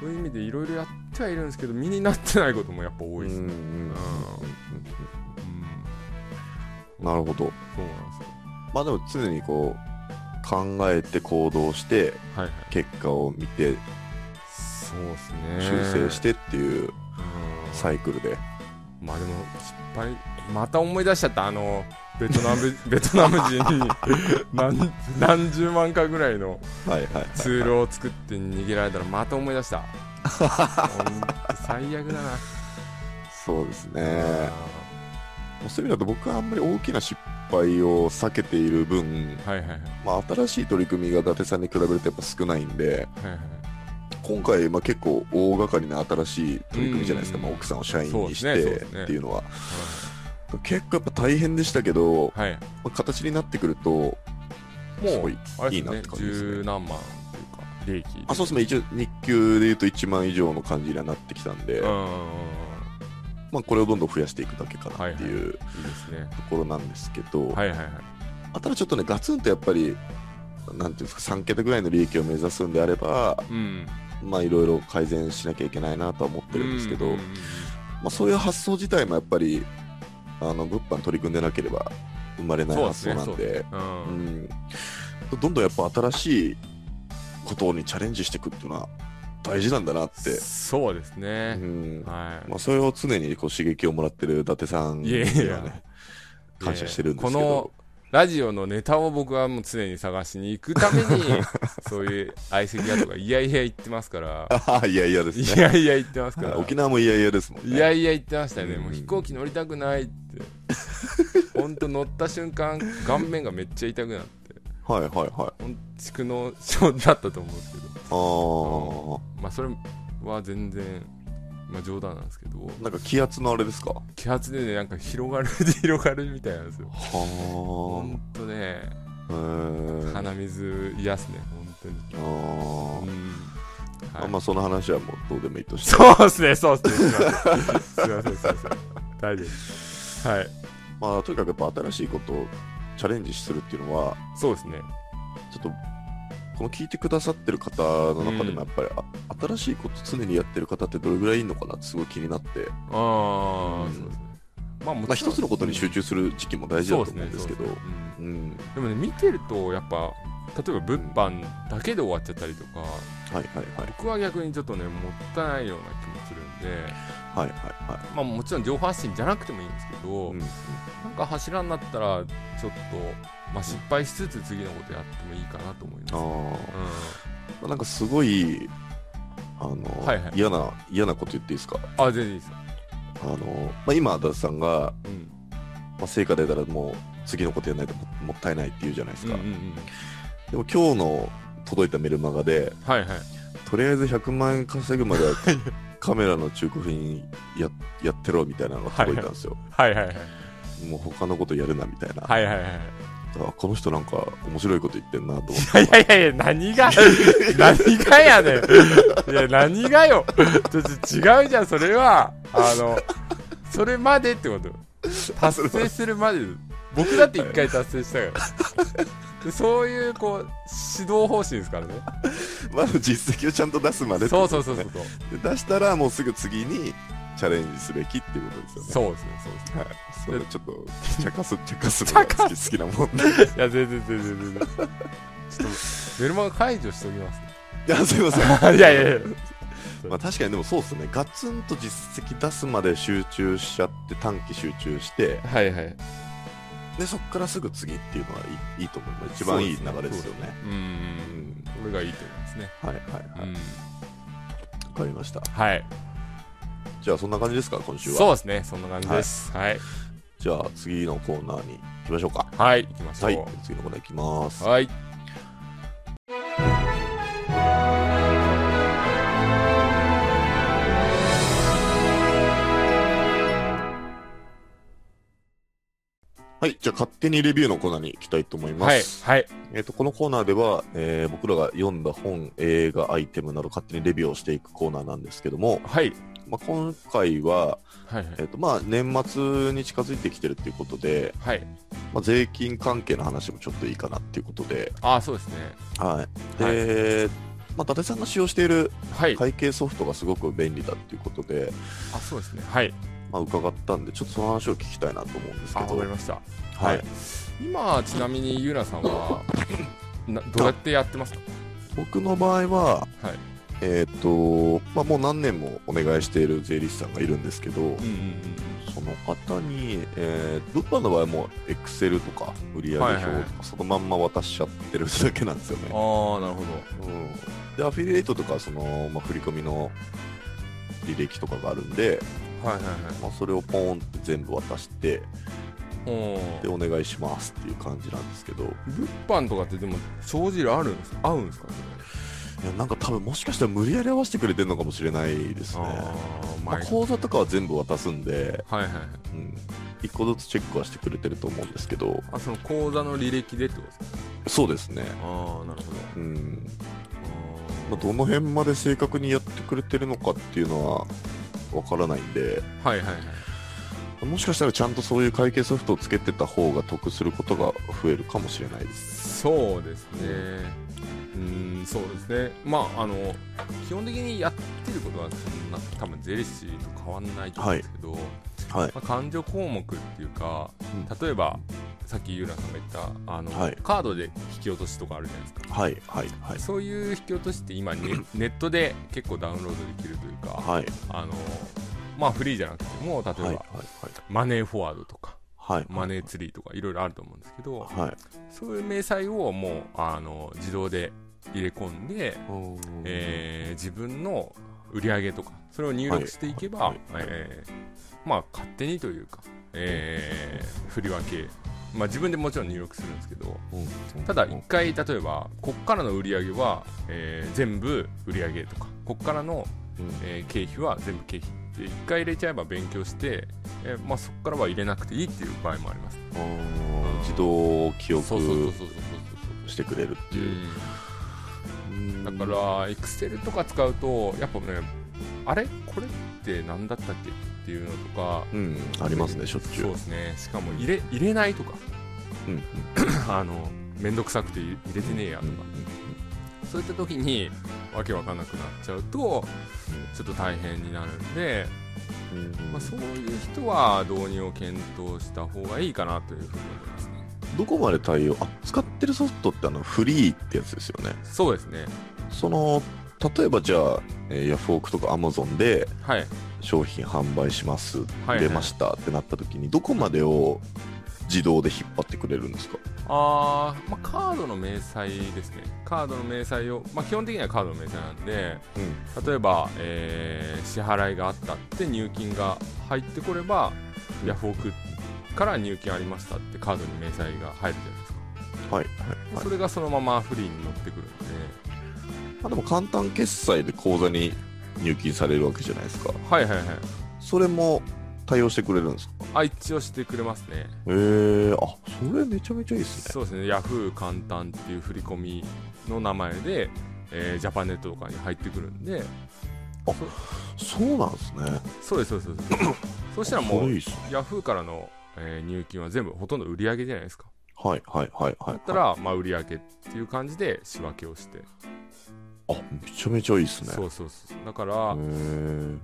Speaker 2: そういう意味でいろいろやってはいるんですけど身になってないこともやっぱ多いです
Speaker 1: うん
Speaker 2: ね
Speaker 1: うんうんうんうん
Speaker 2: うん
Speaker 1: なるほど。
Speaker 2: そうなんですよ
Speaker 1: まあでも常にこう、考えて行動して、
Speaker 2: はいはい
Speaker 1: 結果を見て、
Speaker 2: そうですね
Speaker 1: 修正してっていう
Speaker 2: うん
Speaker 1: サイクルで。
Speaker 2: まあでも失敗また思い出しちゃったあのベトナムベトナム人 に何何十万かぐらいの
Speaker 1: はいはいはい。
Speaker 2: ツールを作って逃げられたらまた思い出したほんと最悪だな
Speaker 1: そうですね。もうそういう意味だと僕はあんまり大きな失敗を避けている分、
Speaker 2: はいはいはい
Speaker 1: まあ、新しい取り組みが伊達さんに比べるとやっぱ少ないんで
Speaker 2: はいはい
Speaker 1: 今回まあ結構大掛かりな新しい取り組みじゃないですか、
Speaker 2: うん
Speaker 1: まあ、奥さんを社員にし
Speaker 2: そうで
Speaker 1: て
Speaker 2: すねそうですね
Speaker 1: っていうのは、結構やっぱ大変でしたけど、ま
Speaker 2: はいはい
Speaker 1: あ、形になってくるとす
Speaker 2: も
Speaker 1: ご
Speaker 2: う
Speaker 1: い
Speaker 2: あ
Speaker 1: い
Speaker 2: れ
Speaker 1: い
Speaker 2: で
Speaker 1: なっ
Speaker 2: すね
Speaker 1: て感じですね
Speaker 2: 十何万というか利益
Speaker 1: あそうですね一応日給でいうと1万以上の感じにはなってきたんで、
Speaker 2: うんうんうん
Speaker 1: まあ、これをどんどん増やしていくだけかなっていう
Speaker 2: うんいいですね
Speaker 1: ところなんですけど、
Speaker 2: はいはいはい
Speaker 1: あただちょっとねガツンとやっぱりなんていうんですか3桁ぐらいの利益を目指すんであれば
Speaker 2: うん
Speaker 1: まあいろいろ改善しなきゃいけないなとは思ってるんですけど、
Speaker 2: うんうん
Speaker 1: まあ、そういう発想自体もやっぱりあの物販取り組んでなければ生まれない
Speaker 2: そうで
Speaker 1: 発
Speaker 2: すね
Speaker 1: 想なん
Speaker 2: そう
Speaker 1: で
Speaker 2: うん
Speaker 1: う
Speaker 2: うん
Speaker 1: んどんどんやっぱ新しいことにチャレンジしていくっていうのは大事なんだなって、
Speaker 2: そうです
Speaker 1: う
Speaker 2: ね
Speaker 1: ん
Speaker 2: はい
Speaker 1: まあ、それを常にこう刺激をもらってる伊達さんに
Speaker 2: いやいや
Speaker 1: はね感謝してるんですけ
Speaker 2: この
Speaker 1: ど、
Speaker 2: ラジオのネタを僕はもう常に探しに行くために そういう相席屋とかいやいや言ってますから
Speaker 1: あ あいやいやです
Speaker 2: い
Speaker 1: ね
Speaker 2: やいや言ってますから
Speaker 1: 沖縄もいやいやですもんね
Speaker 2: いやいや言ってましたよね、も
Speaker 1: う
Speaker 2: う
Speaker 1: ん
Speaker 2: 飛行機乗りたくないってほんと乗った瞬間顔面がめっちゃ痛くなって
Speaker 1: はいはいはい
Speaker 2: ほんと蓄膿症だったと思うんですけど
Speaker 1: あー
Speaker 2: まあそれは全然まあ冗談なんですけど
Speaker 1: なんか気圧のあれですかは
Speaker 2: 揮発でねなんか広がる広がるみたいなんですよ
Speaker 1: あ
Speaker 2: ほ
Speaker 1: ー
Speaker 2: んとね
Speaker 1: へー
Speaker 2: 鼻水癒やすねほんとに
Speaker 1: あー
Speaker 2: うん
Speaker 1: まあまあその話はもうどうでもいいとして、
Speaker 2: そうっすねそうっすねすいませんすいませんすいません大丈夫ですはい
Speaker 1: まあとにかくやっぱ新しいことをチャレンジするっていうのは
Speaker 2: そうですね
Speaker 1: ちょっとこの聞いてくださってる方の中でもやっぱり、あ新しいこと常にやってる方ってどれぐらいいるのかなってすごい気になって、
Speaker 2: ああ、
Speaker 1: うん
Speaker 2: そうですねまあもちろん
Speaker 1: まあ、一つのことに集中する時期も大事だと思うんですけど
Speaker 2: そううっすねそうっすね
Speaker 1: ん
Speaker 2: うんでもね見てるとやっぱ例えば物販だけで終わっちゃったりとか
Speaker 1: はいはいはい
Speaker 2: 僕は逆にちょっとねもったいないような気もするんで
Speaker 1: はいはいはい
Speaker 2: まあもちろん情報発信じゃなくてもいいんですけど、
Speaker 1: うん
Speaker 2: なんか柱になったらちょっと、まあ、失敗しつつ次のことやってもいいかなと思います、
Speaker 1: あ
Speaker 2: う
Speaker 1: ー
Speaker 2: ん、
Speaker 1: まあなんかすごいあの、
Speaker 2: はいはい
Speaker 1: 嫌な嫌なこと言っていいですか
Speaker 2: あ全然いいです
Speaker 1: あの、まあ、今足立さんが、
Speaker 2: うん
Speaker 1: まあ、成果出たらもう次のことやらないとももったいないって言うじゃないです
Speaker 2: うん
Speaker 1: か、
Speaker 2: うんうん
Speaker 1: でも今日の届いたメルマガで
Speaker 2: はいはい
Speaker 1: とりあえず100万円稼ぐまではカメラの中古品ややってろみたいなのが届いたんですよ、
Speaker 2: はいはいはい
Speaker 1: もう他のことやるなみたいな、
Speaker 2: はいはいはい
Speaker 1: あこの人なんか面白いこと言ってんなと思っ
Speaker 2: いやいやいやいや、何 が、何がやねん。いや、何がよ。ちょっと違うじゃん、それは。あの、それまでってこと。達成するまで。僕だって一回達成したから。でそういう、こう、指導方針ですからね。
Speaker 1: てまず実績をちゃんと出すまでって
Speaker 2: そ
Speaker 1: こ
Speaker 2: うそ
Speaker 1: と
Speaker 2: う
Speaker 1: です
Speaker 2: そうそ
Speaker 1: ね
Speaker 2: う。
Speaker 1: で出したらもうすぐ次にチャレンジすべきっていうことですよね
Speaker 2: そうですね、そうですね。
Speaker 1: はい、それちょっと茶化す茶化すのが好き好きなもんで
Speaker 2: いや、全然全然全然。ちょっと、ベルマガ解除しておきます、
Speaker 1: いやすいません
Speaker 2: ね。いやいやいや。
Speaker 1: まあ確かにでもそうですねガツンと実績出すまで集中しちゃって短期集中して
Speaker 2: はいはい。
Speaker 1: でそこからすぐ次っていうのはいいいいと思います一番いい流れですよねう
Speaker 2: う。
Speaker 1: んん
Speaker 2: これがいいと思いますね。
Speaker 1: はいはいは
Speaker 2: う
Speaker 1: い、
Speaker 2: ん
Speaker 1: わ。かりました
Speaker 2: はい。
Speaker 1: じゃあそんな感じですか今週は
Speaker 2: そうですね、そんな感じです。はい。
Speaker 1: じゃあ次のコーナーに行きましょうか
Speaker 2: はい、行きましょ
Speaker 1: はい、
Speaker 2: う。
Speaker 1: 次のコーナー行きます
Speaker 2: はい。
Speaker 1: はいじゃあ勝手にレビューのコーナーに行きたいと思いま
Speaker 2: はい。
Speaker 1: す、
Speaker 2: はい。
Speaker 1: えっとこのコーナーでは、えー僕らが読んだ本映画アイテムなど勝手にレビューをしていくコーナーなんですけども
Speaker 2: はい。
Speaker 1: まあ、今回は、
Speaker 2: はいはい
Speaker 1: えっとまあ、年末に近づいてきてるっていうことで、
Speaker 2: はい
Speaker 1: まあ、税金関係の話もちょっといいかなっていうことで、
Speaker 2: ああそうですね
Speaker 1: はいでまあ、伊達さんが使用している
Speaker 2: はい、
Speaker 1: 会計ソフトがすごく便利だっていうことで、
Speaker 2: あそうですねはい
Speaker 1: まあ、伺ったんで、ちょっとその話を聞きたいなと思うんですけ
Speaker 2: あわ
Speaker 1: ど、
Speaker 2: かりました
Speaker 1: はい
Speaker 2: はい今ちなみにゆうなさん はなどうやってやってますか
Speaker 1: 僕の場合は、
Speaker 2: はい
Speaker 1: えっとまあ、もう何年もお願いしている税理士さんがいるんですけど
Speaker 2: う、んうん
Speaker 1: その方に、えー、物販の場合はもう Excel とか売上表と
Speaker 2: はいはい
Speaker 1: かそのまんま渡しちゃってるだけなんですよね。
Speaker 2: ああなるほど
Speaker 1: うん、でアフィリエイトとかその、まあ、振り込みの履歴とかがあるんで、
Speaker 2: はいはいは
Speaker 1: まあ、それをポーンって全部渡して
Speaker 2: いお
Speaker 1: で
Speaker 2: ー
Speaker 1: お願いしますっていう感じなんですけどい
Speaker 2: 物販とかってでも帳尻あるんです合うんですかね
Speaker 1: やなんか多分もしかしたら無理やり合わせてくれてるのかもしれないですね。
Speaker 2: あ
Speaker 1: まあ、
Speaker 2: 前
Speaker 1: 口座とかは全部渡すんで、
Speaker 2: はいはいはい
Speaker 1: うん、1個ずつチェックはしてくれてると思うんですけど
Speaker 2: あその口座の履歴でってことですか
Speaker 1: そうですね。
Speaker 2: ああなるほ
Speaker 1: う
Speaker 2: ど
Speaker 1: んまあ、
Speaker 2: ま
Speaker 1: どの辺まで正確にやってくれてるのかっていうのはわからないんで
Speaker 2: あはいはいはい
Speaker 1: もしかしたらちゃんとそういう会計ソフトをつけてた方が得することが増えるかもしれないです
Speaker 2: そうですねうーんそうですねまああの基本的にやってることはそんな多分税理士と変わんないと思うんですけど、
Speaker 1: はい
Speaker 2: まあ、勘定項目っていうか例えばさっきゆうらさんが言ったあの、
Speaker 1: はい
Speaker 2: カードで引き落としとかあるじゃないですか
Speaker 1: はいはいはい
Speaker 2: そういう引き落としって今ねネットで結構ダウンロードできるというか、
Speaker 1: はい
Speaker 2: あのまあフリーじゃなくても例えば、
Speaker 1: はいはい
Speaker 2: マネーフォワードとか
Speaker 1: はい
Speaker 2: マネーツリーとかいろいろあると思うんですけど
Speaker 1: はい
Speaker 2: そういう明細をもうあの自動で入れ込んで、えー自分の売り上げとかそれを入力していけば、
Speaker 1: はいはい
Speaker 2: えーまあ勝手にというか、えー振り分けまあ自分でもちろん入力するんですけどただ1回例えばこっからの売り上げは、えー全部売り上げとかこっからのえー経費は全部経費で1回入れちゃえば勉強して、えーまあ、そこからは入れなくていいっていう場合もあります
Speaker 1: 自動記
Speaker 2: そうそうそう
Speaker 1: 憶
Speaker 2: そうそう
Speaker 1: し
Speaker 2: そ
Speaker 1: てくれるって
Speaker 2: う
Speaker 1: いう
Speaker 2: うんだからエクセルとか使うとやっぱねあれこれって何だったっけっていうのとか
Speaker 1: うんありますねしょっちゅ
Speaker 2: そう
Speaker 1: う
Speaker 2: ですねしかも入れ入れないとか
Speaker 1: うん
Speaker 2: あの面倒くさくて入れてねえやとか、そういった時にわけわかんなくなっちゃうとちょっと大変になるんでまあ、そういう人は導入を検討した方がいいかなというふうに思いますね。
Speaker 1: どこまで対応あ使ってるソフトってあのフリーってやつですよね
Speaker 2: そうですね。
Speaker 1: その例えばじゃあ、えーヤフオクとかアマゾンで
Speaker 2: はい。
Speaker 1: 商品販売します、
Speaker 2: はい
Speaker 1: 出ましたってなった時にどこまでを自動で引っ張ってくれるんですか
Speaker 2: あー、まあ、カードの明細ですね。カードの明細を、まあ、基本的にはカードの明細なんで、例えば、えー支払いがあったって入金が入ってこれば、
Speaker 1: うん
Speaker 2: ヤフオクから入金ありましたってカードに明細が入るじゃないですか。
Speaker 1: はい、
Speaker 2: で
Speaker 1: はい
Speaker 2: それがそのままフリーに乗ってくるんで、
Speaker 1: まあ、でも簡単決済で口座に入金されるわけじゃないですか
Speaker 2: はいはいはい。
Speaker 1: それも対応してくれるんですか
Speaker 2: あ、一応してくれますね。
Speaker 1: えー、あそれめちゃめちゃいいですね
Speaker 2: そうですね、ヤフー簡単っていう振り込みの名前で、えージャパネットとかに入ってくるんで、
Speaker 1: そうなんですね
Speaker 2: そうです、そうです、そうです。そうしたら
Speaker 1: あ
Speaker 2: も
Speaker 1: それいうい、っすね
Speaker 2: ヤフーからの、えー入金は全部ほとんど売り上げじゃないですか。
Speaker 1: はいはいはいはい
Speaker 2: だったら、まあ、売り上げっていう感じで仕分けをして、
Speaker 1: あめちゃめちゃいいですね
Speaker 2: そううそうそう。だから、
Speaker 1: へー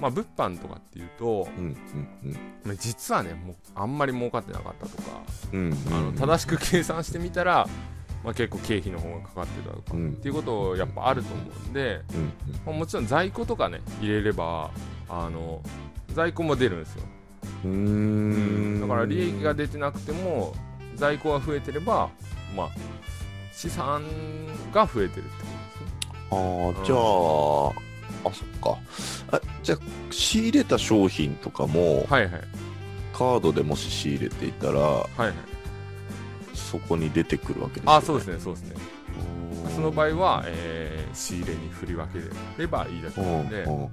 Speaker 2: まあ、物販とかっていうと、
Speaker 1: うんうん
Speaker 2: まあ実はね、もうあんまり儲かってなかったとか、
Speaker 1: うんうん
Speaker 2: あの正しく計算してみたら、まあ、結構経費の方がかかってたとか、
Speaker 1: うん
Speaker 2: っていうことやっぱあると思うんで、
Speaker 1: うんうん
Speaker 2: まあ、もちろん在庫とかね入れればあの在庫も出るんですよ
Speaker 1: うーん
Speaker 2: だから利益が出てなくても在庫が増えてればまあ資産が増えてるって
Speaker 1: あ
Speaker 2: う
Speaker 1: あ
Speaker 2: ん
Speaker 1: じゃあ、あそっかあじゃあ仕入れた商品とかも
Speaker 2: ことですねはいはい
Speaker 1: カードでもし仕入れていたら
Speaker 2: はいはい
Speaker 1: そこに出てくるわけですよね
Speaker 2: あそうですねそうですね
Speaker 1: おー
Speaker 2: その場合は、えー仕入れに振り分ければいいだけ
Speaker 1: う
Speaker 2: なん
Speaker 1: うんん
Speaker 2: で、
Speaker 1: うんうん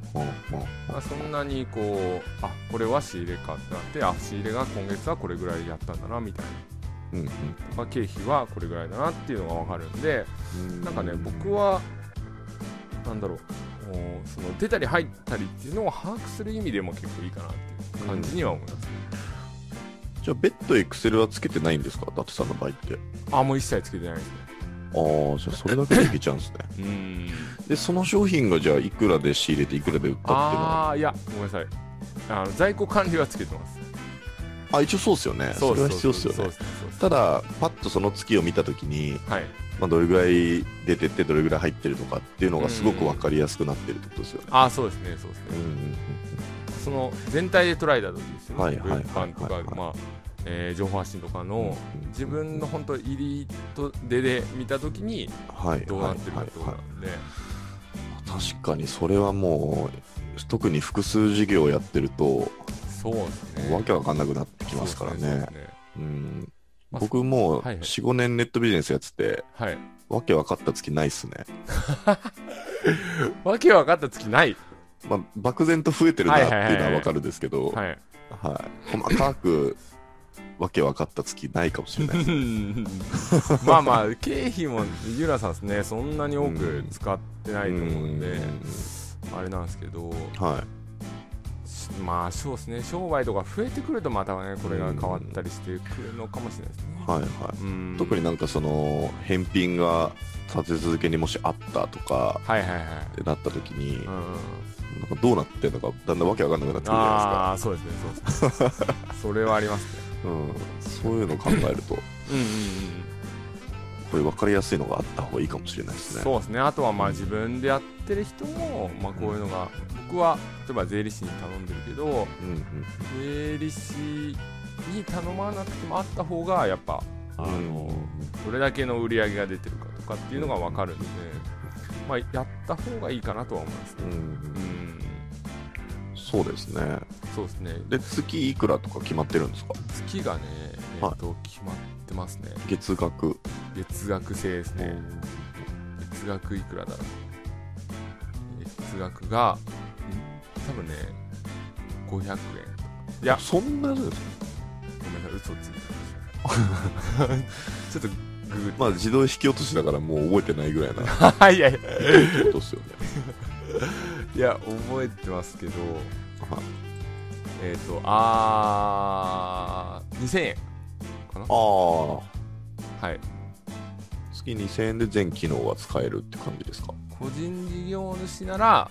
Speaker 2: まあ、そんなにこうあこれは仕入れかってなってあ仕入れが今月はこれぐらいやったんだなみたい
Speaker 1: うん
Speaker 2: な、まあ、経費はこれぐらいだなっていうのが分かるんで
Speaker 1: うん
Speaker 2: なんかね、僕は、なんだろう、うもうその出たり入ったりっていうのを把握する意味でも結構いいかなっていう感じには思います、
Speaker 1: じゃあ、ベッドエクセルはつけてないんですか伊達さんの場合って。あ
Speaker 2: あもう一切つけてないですね
Speaker 1: あ、じゃあ、それだけでいけちゃうん ですね。
Speaker 2: うん
Speaker 1: で、その商品が、じゃあ、いくらで仕入れて、いくらで売ったっていうのは。
Speaker 2: ああいやごめんなさいあの在庫管理はつけてます
Speaker 1: あ、一応そうですよね。それは必要ですよ
Speaker 2: そう
Speaker 1: ね。
Speaker 2: そうそうそ
Speaker 1: た
Speaker 2: う
Speaker 1: だ、パッとその月を見たときに、
Speaker 2: はい
Speaker 1: まあ、どれぐらい出てって、どれぐらい入ってるのかっていうのが、すごく分かりやすくなってるってことですよね。
Speaker 2: ああそうですねそうですね
Speaker 1: うんうん
Speaker 2: その全体で捉えた時ですよね、
Speaker 1: はいはいはいはい
Speaker 2: 物販とか、まあえー情報発信とか
Speaker 1: うん
Speaker 2: の自分の本当入りと出で見た時に
Speaker 1: はい
Speaker 2: どうなってるか
Speaker 1: は
Speaker 2: っ
Speaker 1: い
Speaker 2: てこ
Speaker 1: はいは
Speaker 2: とないんで、
Speaker 1: 確かにそれはもう特に複数事業やってると、
Speaker 2: そうですね
Speaker 1: わけわかんなくなってきますからね
Speaker 2: そうですそうです
Speaker 1: うん
Speaker 2: まあ
Speaker 1: 僕もう
Speaker 2: はいはい
Speaker 1: 45年ネットビジネスやってて
Speaker 2: はい
Speaker 1: わけわかった月ないっすね、
Speaker 2: わけ分かった月ない
Speaker 1: まあ、漠然と増えてるなって
Speaker 2: はい
Speaker 1: いう
Speaker 2: は
Speaker 1: のは
Speaker 2: いは
Speaker 1: いわかるんですけど、はい
Speaker 2: はい
Speaker 1: 細かくわけわかった月ないかもしれないです
Speaker 2: まあまあ経費もゆらさんですねそんなに多く使ってないと思うんで、あれなんですけど
Speaker 1: うんはい
Speaker 2: しまあそうですね商売とか増えてくるとまたねこれが変わったりしてくるのかもしれないですね、
Speaker 1: はいは
Speaker 2: うん
Speaker 1: い、特になんかその返品が立て続けにもしあったとか
Speaker 2: はいはいはい
Speaker 1: ってなった時に、
Speaker 2: うんうん
Speaker 1: なんかどうなってるのかだんだんわけわかんなくなってくるじゃないですか
Speaker 2: ああそうですねそうですねそれはありますね
Speaker 1: うん、そういうのを考えると、
Speaker 2: うんうん
Speaker 1: これ分かりやすいのがあった方がいいかもしれないですね。
Speaker 2: そうですねあとはまあ自分でやってる人も、まあ、こういうのが僕は例えば税理士に頼んでるけど
Speaker 1: うんうん
Speaker 2: 税理士に頼まなくてもあった方がやっぱあの、どれだけの売り上げが出てるかとかっていうのが分かるんで、まあ、やった方がいいかなとは思いますね
Speaker 1: うんう
Speaker 2: うんん
Speaker 1: そうですね。
Speaker 2: そうですね
Speaker 1: で、月いくらとか決まってるんですか
Speaker 2: 月がね、え
Speaker 1: はい
Speaker 2: っと決まってますね
Speaker 1: 月額。
Speaker 2: 月額制です
Speaker 1: う
Speaker 2: ね
Speaker 1: ん
Speaker 2: 月額いくらだろう月額がん多分ね500円いや
Speaker 1: そんなやつですか
Speaker 2: ごめんなさい嘘ついてましたちょっとググっ
Speaker 1: まあ、自動引き落としだからもう覚えてないぐらいな って
Speaker 2: てはいいやいや
Speaker 1: ことですよね。
Speaker 2: いや覚えてますけど
Speaker 1: はい
Speaker 2: えっ、とあー2000円かな
Speaker 1: あ
Speaker 2: はい
Speaker 1: あ、月2000円で全機能が使えるって感じですか。
Speaker 2: 個人事業主なら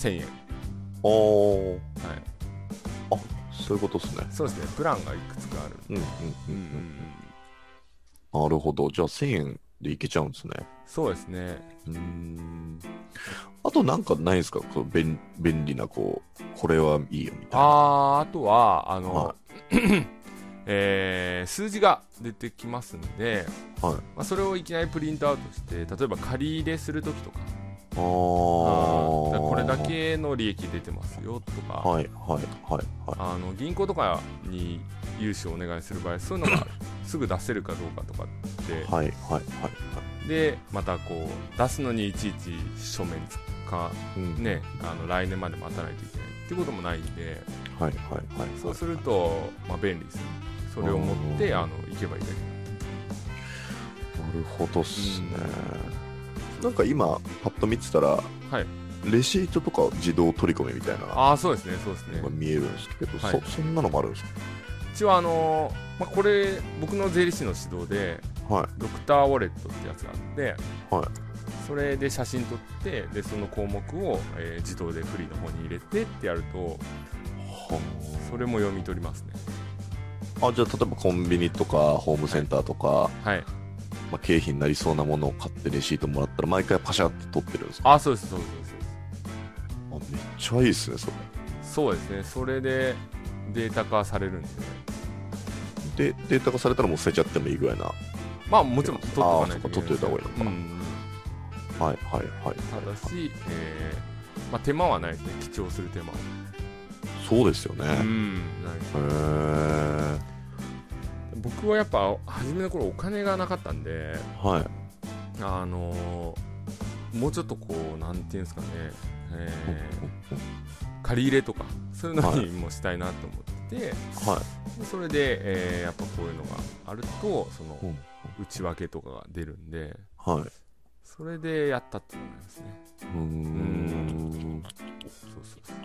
Speaker 2: 1000円
Speaker 1: ああ、そ
Speaker 2: はい、
Speaker 1: ういうことですね。
Speaker 2: そうですね、プランがいくつかある。
Speaker 1: うんうん
Speaker 2: う
Speaker 1: うんん
Speaker 2: うんう
Speaker 1: うん
Speaker 2: ん、
Speaker 1: なるほど。じゃあ1000円でいけちゃうんですね。
Speaker 2: そうですね、
Speaker 1: うーんあとなんかないですかこう便便利なこうこれはいいよみたいな。
Speaker 2: あーあとは、あの、
Speaker 1: は
Speaker 2: えー数字が出てきますんで、
Speaker 1: はい
Speaker 2: まあ、それをいきなりプリントアウトして、例えば借り入れするときとか、
Speaker 1: あー
Speaker 2: うんだからこれだけの利益出てますよとか、
Speaker 1: はいはいはいは
Speaker 2: あの銀行とかに融資をお願いする場合、そういうのが すぐ出せるかどうかとかって
Speaker 1: い。、はいはいはい。
Speaker 2: でまたこう出すのにいちいち書面か
Speaker 1: うん
Speaker 2: ね、あの来年まで待たないといけないってこともないんで
Speaker 1: はいはいはい。
Speaker 2: そうすると、まあ、便利ですねそれを持って
Speaker 1: うん
Speaker 2: あの行けばいいだけ
Speaker 1: なるほどっすね。なんか今パッと見てたら、
Speaker 2: はい
Speaker 1: レシートとか自動取り込みみたいな
Speaker 2: ああそうですねそうですね
Speaker 1: のが見えるんですけど、
Speaker 2: はい
Speaker 1: そそんなのもあるんですか
Speaker 2: 一応あの、まあ、これ僕の税理士の指導で
Speaker 1: はい
Speaker 2: ドクターウォレットってやつがあって、
Speaker 1: はい
Speaker 2: それで写真撮ってでその項目を、えー自動でフリーの方に入れてってやるとそれも読み取りますね
Speaker 1: あじゃあ例えばコンビニとかホームセンターとか、
Speaker 2: はい
Speaker 1: まあ、経費になりそうなものを買ってレシートもらったら毎回パシャって取ってるんですか
Speaker 2: ああそうですそうですそうですそうです
Speaker 1: あめっちゃいいですねそ
Speaker 2: そうですねそれでデータ化されるんで、ね、
Speaker 1: れでデータ化されたらもう捨てちゃってもいいぐらいなは
Speaker 2: ままあもちろん取っとかな
Speaker 1: あーそ
Speaker 2: いといけない
Speaker 1: っか取っといた方がいいのか
Speaker 2: うん
Speaker 1: いはいはい
Speaker 2: ただし、えーまあ、手間はないですね記帳する手間は
Speaker 1: そうですよね、へ
Speaker 2: んない
Speaker 1: え
Speaker 2: 僕はやっぱ初めの頃お金がなかったんで
Speaker 1: はい
Speaker 2: あのーもうちょっとこうなんていうんですかね、えー借り入れとかそういうの
Speaker 1: は
Speaker 2: に
Speaker 1: い
Speaker 2: もしたいなと思ってて、
Speaker 1: はい
Speaker 2: でそれで、えーやっぱこういうのがあるとその
Speaker 1: うん
Speaker 2: 内訳とかが出るんで
Speaker 1: はい
Speaker 2: それでやったっていうのがありますね
Speaker 1: うーん
Speaker 2: そうそうそう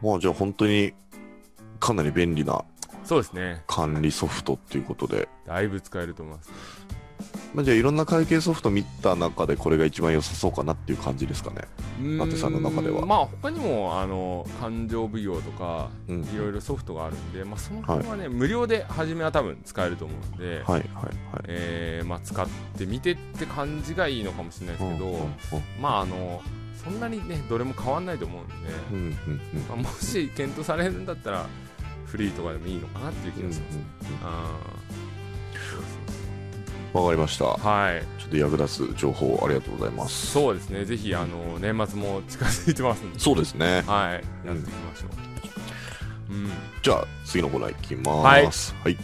Speaker 1: まあじゃあ本当にかなり便利な
Speaker 2: そうですね
Speaker 1: 管理ソフトっていうことで、
Speaker 2: だいぶ使えると思います
Speaker 1: まあ、じゃあいろんな会計ソフト見た中でこれが一番良さそうかなっていう感じですかね
Speaker 2: 伊
Speaker 1: 達さんの中では
Speaker 2: まあ他にもあの勘定奉行とか
Speaker 1: うん
Speaker 2: いろいろソフトがあるんで、まあ、その辺はね、無料で初めは多分使えると思うんで、
Speaker 1: はいはいはい
Speaker 2: えーまあ、使ってみてって感じがいいのかもしれないですけど、
Speaker 1: うんうん
Speaker 2: まああのそんなにねどれも変わんないと思うんで、
Speaker 1: うんうんうんうん
Speaker 2: まあ、もし検討されるんだったらフリーとかでもいいのかなっていう気
Speaker 1: うん
Speaker 2: がします、
Speaker 1: う
Speaker 2: あ
Speaker 1: んわかりました
Speaker 2: ーはい
Speaker 1: ちょっと役立つ情報ありがとうございます
Speaker 2: そうですねぜひあの年末も近づいてますんで
Speaker 1: そうですね
Speaker 2: はいやっていきましょう、うん
Speaker 1: じゃあ次のコーナーいきますはい、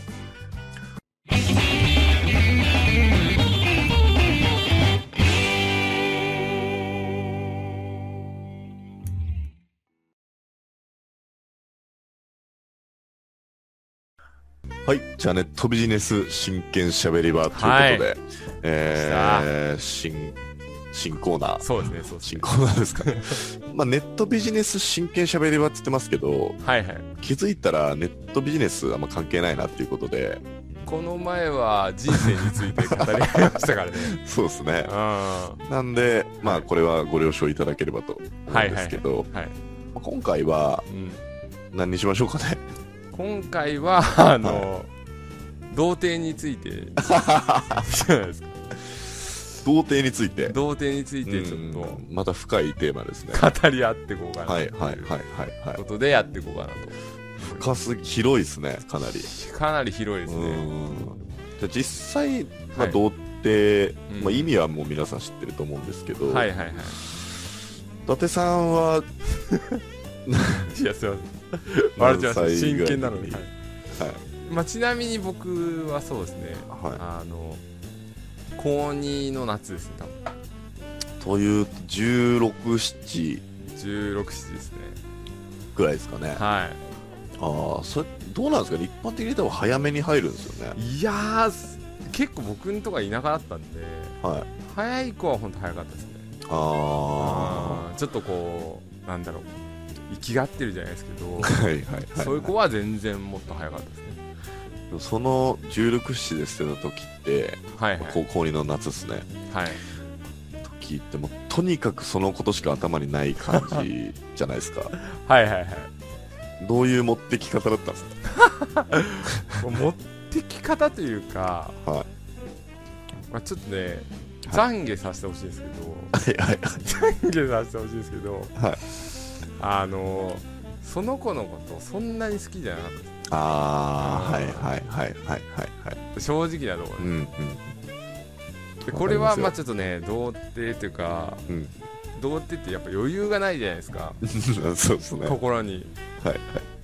Speaker 1: はい、じゃあネットビジネス真剣しゃべり場ということで、
Speaker 2: はい
Speaker 1: えー新新コーナー
Speaker 2: そうですねそうです
Speaker 1: 新
Speaker 2: ね
Speaker 1: コーナーですかねまあネットビジネス真剣しゃべり場って言ってますけど
Speaker 2: はいはい
Speaker 1: 気づいたらネットビジネスあんま関係ないなっていうことで
Speaker 2: この前は人生について語り合いました からね
Speaker 1: そうですね
Speaker 2: うんは
Speaker 1: なんでまあこれはご了承いただければと思うんですけど、
Speaker 2: い、
Speaker 1: まあ今回は
Speaker 2: うん、
Speaker 1: 何にしましょうかね
Speaker 2: 今回はあの、童貞につい てじゃないですか
Speaker 1: 童貞について
Speaker 2: 童貞についてちょっと
Speaker 1: うんまた深いテーマですね
Speaker 2: 語り合っていこうかな
Speaker 1: はいはいはいはいは
Speaker 2: という
Speaker 1: い
Speaker 2: ことでやっていこうかな
Speaker 1: 深すぎ広いですねかなり
Speaker 2: とかなり広いですね
Speaker 1: うんじゃあ実際、まあ、
Speaker 2: はい
Speaker 1: 童貞、
Speaker 2: うん
Speaker 1: まあ、意味はもう皆さん知ってると思うんですけど、
Speaker 2: はいはいはい
Speaker 1: 伊達さんはい
Speaker 2: やす いません笑っちゃ
Speaker 1: 何歳ぐら
Speaker 2: いました真
Speaker 1: い
Speaker 2: 剣なのに、はい
Speaker 1: はい
Speaker 2: まあ、ちなみに僕はそうですね
Speaker 1: は
Speaker 2: あの高2の夏ですね多分
Speaker 1: い、という167
Speaker 2: 16歳ですね
Speaker 1: ぐらいですかね
Speaker 2: は
Speaker 1: ああそれどうなんですかね一般的に多分早めに入るんですよね
Speaker 2: いいやーす結構僕んとこは田舎だったんで
Speaker 1: はい
Speaker 2: 早い子は本当早かったですね
Speaker 1: あ
Speaker 2: あーちょっとこうなんだろう生きがってるじゃないですけ ど
Speaker 1: あ はいはいはい、
Speaker 2: そういう子は全然もっと早かったですね
Speaker 1: その167で捨てた時って、
Speaker 2: はいはい
Speaker 1: 高校2の夏ですね
Speaker 2: はい
Speaker 1: 時ってもうとにかくそのことしか頭にない感じじゃないですか
Speaker 2: はいはいはい
Speaker 1: どういう持ってき方だったんです
Speaker 2: 持ってき方というか、
Speaker 1: は
Speaker 2: まあ、ちょっとね
Speaker 1: は
Speaker 2: 懺悔させてほしいんですけど
Speaker 1: かはいはい
Speaker 2: 懺悔させてほしいんですけど、
Speaker 1: はい
Speaker 2: あのその子のことそんなに好きじゃなかったで
Speaker 1: ああはいはいはいはいはいはい
Speaker 2: す正直なところ
Speaker 1: う
Speaker 2: ね
Speaker 1: んうん
Speaker 2: でこれ
Speaker 1: わ
Speaker 2: は
Speaker 1: かりますよ
Speaker 2: まあちょっとね童貞というか、
Speaker 1: うん
Speaker 2: 童貞ってやっぱ余裕がないじゃないですか
Speaker 1: そうですね
Speaker 2: 心に
Speaker 1: はいはい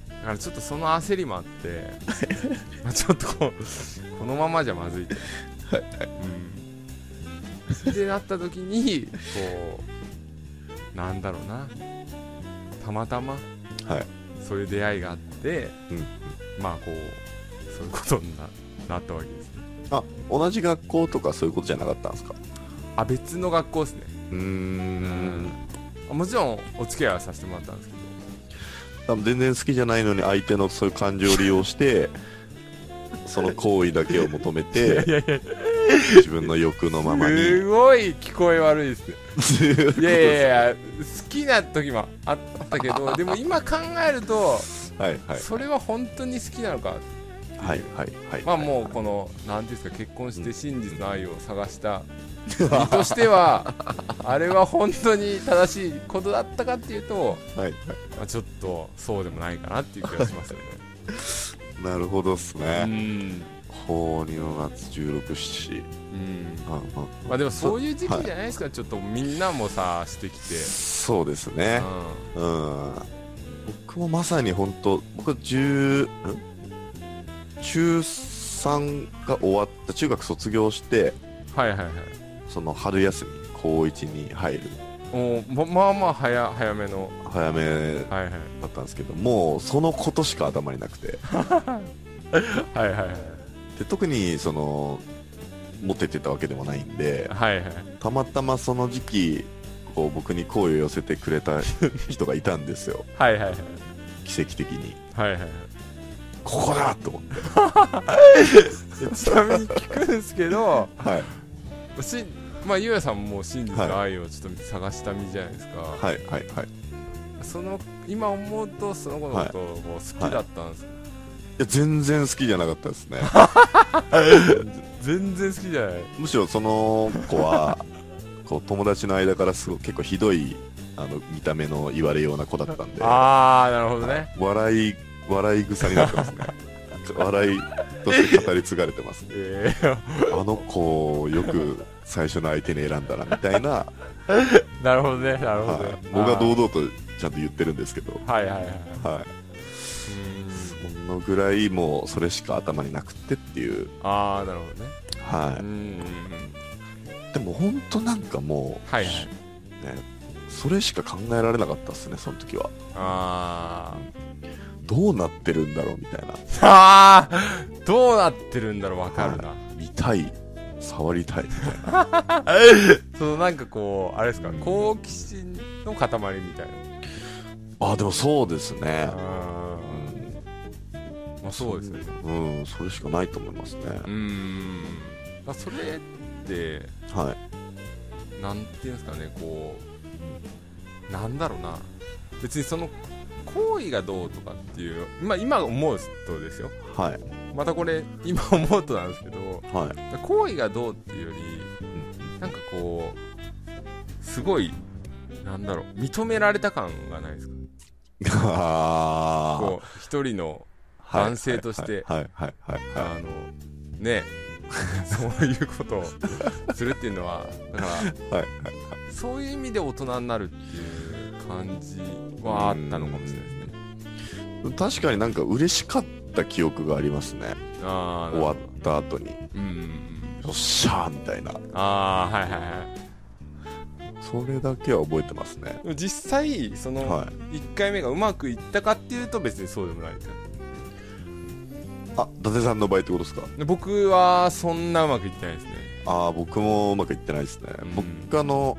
Speaker 2: だからちょっとその焦りもあって まあちょっとこうこのままじゃまずいとうんってなった時にこうなんだろうなたまたま
Speaker 1: はい
Speaker 2: そういう出会いがあって、
Speaker 1: うん
Speaker 2: まあこうそういうことにななったわけですね
Speaker 1: あ同じ学校とかそういうことじゃなかったんですか
Speaker 2: あ別の学校ですね
Speaker 1: うーん
Speaker 2: あもちろんお付き合いはさせてもらったんですけど
Speaker 1: 多分全然好きじゃないのに相手のそういう感情を利用してその行為だけを求めて
Speaker 2: いやいや
Speaker 1: 自分の欲のままに
Speaker 2: すごい聞こえ悪い ですねいやいやい
Speaker 1: や
Speaker 2: や好きな時もあったけ どでも今考えると
Speaker 1: はいはい
Speaker 2: それは本当に好きなのか
Speaker 1: はいはいはい
Speaker 2: まあもうこの何ていうんですか結婚して真実の愛を 探した身としてはあれは本当に正しいことだったかっていうと、
Speaker 1: はいは
Speaker 2: まあ、ちょっとそうでもないかなっていう気がし ますよね
Speaker 1: いなるほどっす
Speaker 2: う
Speaker 1: ね
Speaker 2: ん
Speaker 1: 高2の夏167う
Speaker 2: うん
Speaker 1: んうん
Speaker 2: まあでもそういう時期じゃないですか、ちょっとみんなもさしてきて
Speaker 1: そうですね
Speaker 2: う
Speaker 1: うん僕もまさに本当僕は10ん中3が終わった中学卒業して
Speaker 2: んはいはいはい
Speaker 1: その春休み高1に入る
Speaker 2: おままあまあ早早めの
Speaker 1: 早め
Speaker 2: はいはい
Speaker 1: だったんですけどもうそのことしか頭になくて
Speaker 2: はいはいはい
Speaker 1: で特にそのモテてたわけでもないんで
Speaker 2: はいはい。
Speaker 1: たまたまその時期こう僕に声を寄せてくれた人がいたんですよ
Speaker 2: はいはいはい。
Speaker 1: 奇跡的に
Speaker 2: はいはいはい。
Speaker 1: ここだと思って
Speaker 2: えちなみに聞くんですけど、
Speaker 1: はい
Speaker 2: しまあ、ゆうやさんももう真実の愛をちょっと探した身じゃないですか。
Speaker 1: はいはいはいい
Speaker 2: その今思うとその子のことをこう好きだったんです、
Speaker 1: や全然好きじゃなかったですね
Speaker 2: 全然好きじゃない
Speaker 1: むしろその子はこう友達の間からすごく結構ひどいあの見た目の言われような子だったんで
Speaker 2: ああなるほどね、
Speaker 1: 笑い笑い草になってますね笑いとして語り継がれてます
Speaker 2: ええ
Speaker 1: あの子をよく最初の相手に選んだなみたいな、
Speaker 2: なるほどねなるほどね、
Speaker 1: はい、僕は堂々とちゃんと言ってるんですけど、
Speaker 2: あーはいはいはい
Speaker 1: は
Speaker 2: う
Speaker 1: い、
Speaker 2: ん
Speaker 1: このぐらいもうそれしか頭になくってっていう、
Speaker 2: ああなるほどね
Speaker 1: は
Speaker 2: うん
Speaker 1: い、でも本当なんかもう、
Speaker 2: はいはい
Speaker 1: ね、それしか考えられなかったですねその時は
Speaker 2: あー
Speaker 1: どうなってるんだろうみたいな
Speaker 2: あーどうなってるんだろうわかるな、
Speaker 1: 見たい触りたいみたいな
Speaker 2: そのなんかこうあれですか好奇心の塊みたいな
Speaker 1: あでもそうですね
Speaker 2: あ
Speaker 1: うん
Speaker 2: ーまあそうですよね
Speaker 1: うんそれしかないと思いますね、
Speaker 2: うんまあそれって
Speaker 1: はい
Speaker 2: なんていうんですかねこうなんだろうな別にその行為がどうとかっていう、まあ、今思うとですよ
Speaker 1: はい
Speaker 2: またこれ今思うとなんですけど
Speaker 1: はい
Speaker 2: 行為がどうっていうよりなんかこうすごいなんだろう認められた感がないですか
Speaker 1: あー
Speaker 2: こう一人の男性として
Speaker 1: はいはいはいはいは
Speaker 2: あのね そういうことをするっていうのはだから
Speaker 1: い はいはい
Speaker 2: そういう意味で大人になるっていう感じはあったのかもしれないですね。
Speaker 1: 確かになんか嬉しかった記憶がありますね
Speaker 2: ああ、
Speaker 1: 終わった後によ
Speaker 2: うんうんうん。
Speaker 1: っしゃーみたいな
Speaker 2: ああ、はいはいはい
Speaker 1: それだけは覚えてますね。
Speaker 2: でも実際、その、
Speaker 1: はい
Speaker 2: 1回目がうまくいったかっていうと別にそうでもないですよ
Speaker 1: あ伊達さんの場合ってことですか
Speaker 2: で僕はそんなうまくいってないですね。
Speaker 1: ああ僕もうまくいってないですね、
Speaker 2: うん
Speaker 1: 僕あの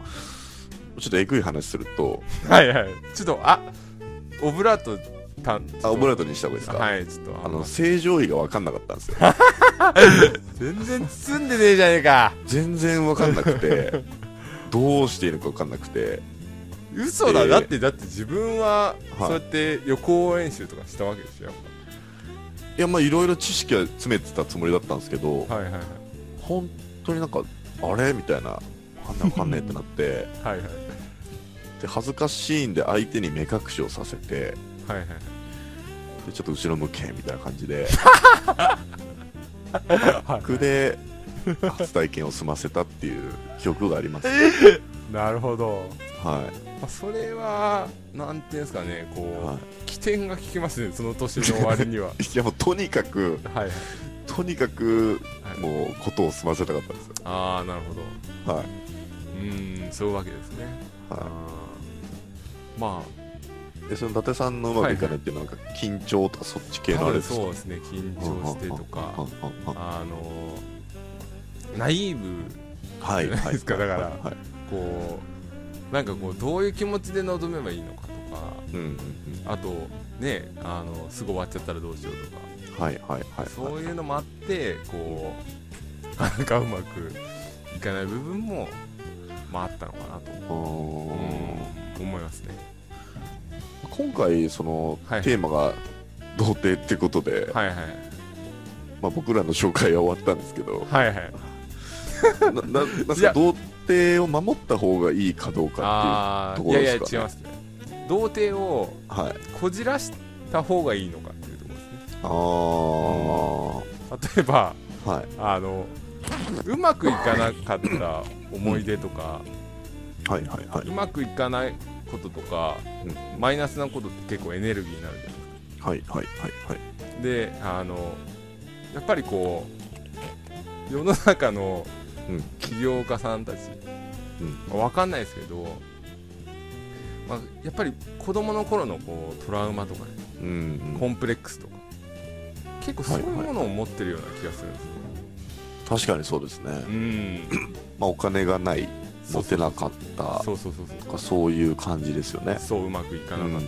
Speaker 1: ちょっとえぐい話すると
Speaker 2: はいはい。ちょっと、あオブラートたん、
Speaker 1: あオブ
Speaker 2: ラ
Speaker 1: ラートにした方がいいですか、
Speaker 2: はい、ちょっと、
Speaker 1: あの正常位が分かんなかったんですよ
Speaker 2: 全然包んでねえじゃねえか。
Speaker 1: 全然分かんなくてどうしていいのか分かんなくて
Speaker 2: 嘘だ、
Speaker 1: えー
Speaker 2: だって、だって自分
Speaker 1: は
Speaker 2: は、
Speaker 1: い
Speaker 2: そうやって予行演習とかしたわけでしょ。
Speaker 1: いやまあいろいろ知識は詰めてたつもりだったんですけど、
Speaker 2: はいはいはい。
Speaker 1: 本当になんかあれみたいなわかんないわかんないってなって
Speaker 2: はいはい。
Speaker 1: で恥ずかしいんで相手に目隠しをさせて
Speaker 2: はいはいはい
Speaker 1: でちょっと後ろ向けみたいな感じで
Speaker 2: はい
Speaker 1: 僕で初体験を済ませたっていう記憶があります、
Speaker 2: なるほど、
Speaker 1: は
Speaker 2: まあ、それはなんていうんですかねこ
Speaker 1: い、
Speaker 2: う、
Speaker 1: は、
Speaker 2: 起点が効きますねその年の終わり にははい
Speaker 1: いやもうとにかく
Speaker 2: いはい、
Speaker 1: とにかく
Speaker 2: はい
Speaker 1: もうことを済ませたかったんですよ
Speaker 2: ああなるほど
Speaker 1: はいう
Speaker 2: ーんそういうわけですね
Speaker 1: は
Speaker 2: あーま
Speaker 1: いでその伊達さんのうまくいかないっていうのはなんか緊張とかそっち
Speaker 2: あ
Speaker 1: 系のあ
Speaker 2: 多
Speaker 1: れで
Speaker 2: 分
Speaker 1: すか
Speaker 2: そうですね緊張してとか
Speaker 1: は
Speaker 2: あのーナイーブ
Speaker 1: い
Speaker 2: じゃない
Speaker 1: は
Speaker 2: で
Speaker 1: い
Speaker 2: すかだから
Speaker 1: はいはい
Speaker 2: こうなんかこうどういう気持ちで臨めばいいのかとか
Speaker 1: うんうん
Speaker 2: あとねあのすぐ終わっちゃったらどうしようと
Speaker 1: うん
Speaker 2: か
Speaker 1: はいはいはいはい
Speaker 2: そういうのもあってこうなんかうまくいかない部分も、まあ、あったのかなと、
Speaker 1: おー
Speaker 2: うん思いますね
Speaker 1: 今回その、
Speaker 2: はい
Speaker 1: テーマが童貞ってことで、
Speaker 2: はいはい
Speaker 1: まあ、僕らの紹介は終わったんですけ ど
Speaker 2: はいはい
Speaker 1: なななんです
Speaker 2: いや
Speaker 1: か童貞を守った方がいいかどうか
Speaker 2: あ
Speaker 1: っていうと
Speaker 2: あーい
Speaker 1: ころ
Speaker 2: や
Speaker 1: で
Speaker 2: いや
Speaker 1: すか
Speaker 2: 違い
Speaker 1: ね
Speaker 2: ますね童貞を
Speaker 1: っていうはい
Speaker 2: こじらした方がいいのかっていうところですね
Speaker 1: あー
Speaker 2: 例えば
Speaker 1: はい
Speaker 2: あのうまくいかなかった思い出とか、
Speaker 1: はいはいは
Speaker 2: う
Speaker 1: い
Speaker 2: まくいかないこととか
Speaker 1: うん
Speaker 2: マイナスなことって結構エネルギーになるじゃないですか
Speaker 1: はいはいはいはい
Speaker 2: であのやっぱりこう世の中の
Speaker 1: うん
Speaker 2: 起業家さんたち、
Speaker 1: う
Speaker 2: わかんないですけど、まあ、やっぱり子供の頃のこうトラウマとかね、
Speaker 1: うんうん
Speaker 2: コンプレックスとか結構そういうものを持ってるような気がするんですよ、
Speaker 1: 確かにそうですね
Speaker 2: う。ん
Speaker 1: まあ、お金がない、持てなかっ
Speaker 2: そうそうそうそう
Speaker 1: た、そういう感じですよね。
Speaker 2: そううまくいか
Speaker 1: う
Speaker 2: なかっ
Speaker 1: ん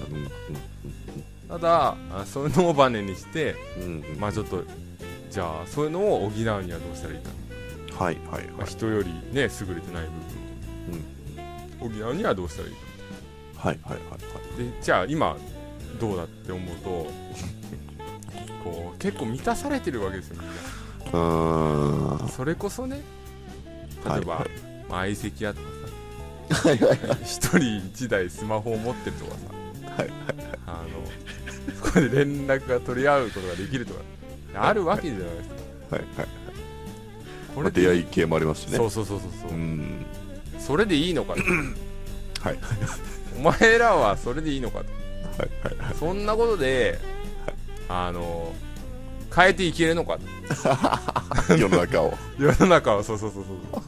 Speaker 2: た、ただあそういうのをバネにして
Speaker 1: うんうん
Speaker 2: まあちょっとじゃあそういうのを補うにはどうしたらいいか、
Speaker 1: はいはい
Speaker 2: ま
Speaker 1: は
Speaker 2: あ、
Speaker 1: い。
Speaker 2: 人よりね優れてない部分を補うにはどうしたらいいか
Speaker 1: はいはいはいはい。
Speaker 2: でじゃあ今どうだって思うと こう結構満たされてるわけですよみんな
Speaker 1: うーん。は
Speaker 2: それこそね例
Speaker 1: は
Speaker 2: えば、
Speaker 1: い
Speaker 2: まあ相席屋とか
Speaker 1: いはい。
Speaker 2: さ一人一台スマホを持ってるとかさ
Speaker 1: はい
Speaker 2: あのそこで連絡が取り合うことができるとかあるわけじゃないですか
Speaker 1: はいはい。ま
Speaker 2: こ
Speaker 1: あ
Speaker 2: れ
Speaker 1: 出
Speaker 2: で
Speaker 1: 会い系もありますしね。
Speaker 2: そうそうそうそうそうう、
Speaker 1: ん。
Speaker 2: それでいいのかと
Speaker 1: はい
Speaker 2: お前らはそれでいいのかと
Speaker 1: はいはい。
Speaker 2: そんなことであの変えていけるのかと
Speaker 1: 世の中を。
Speaker 2: 世の中はそうそうそうそう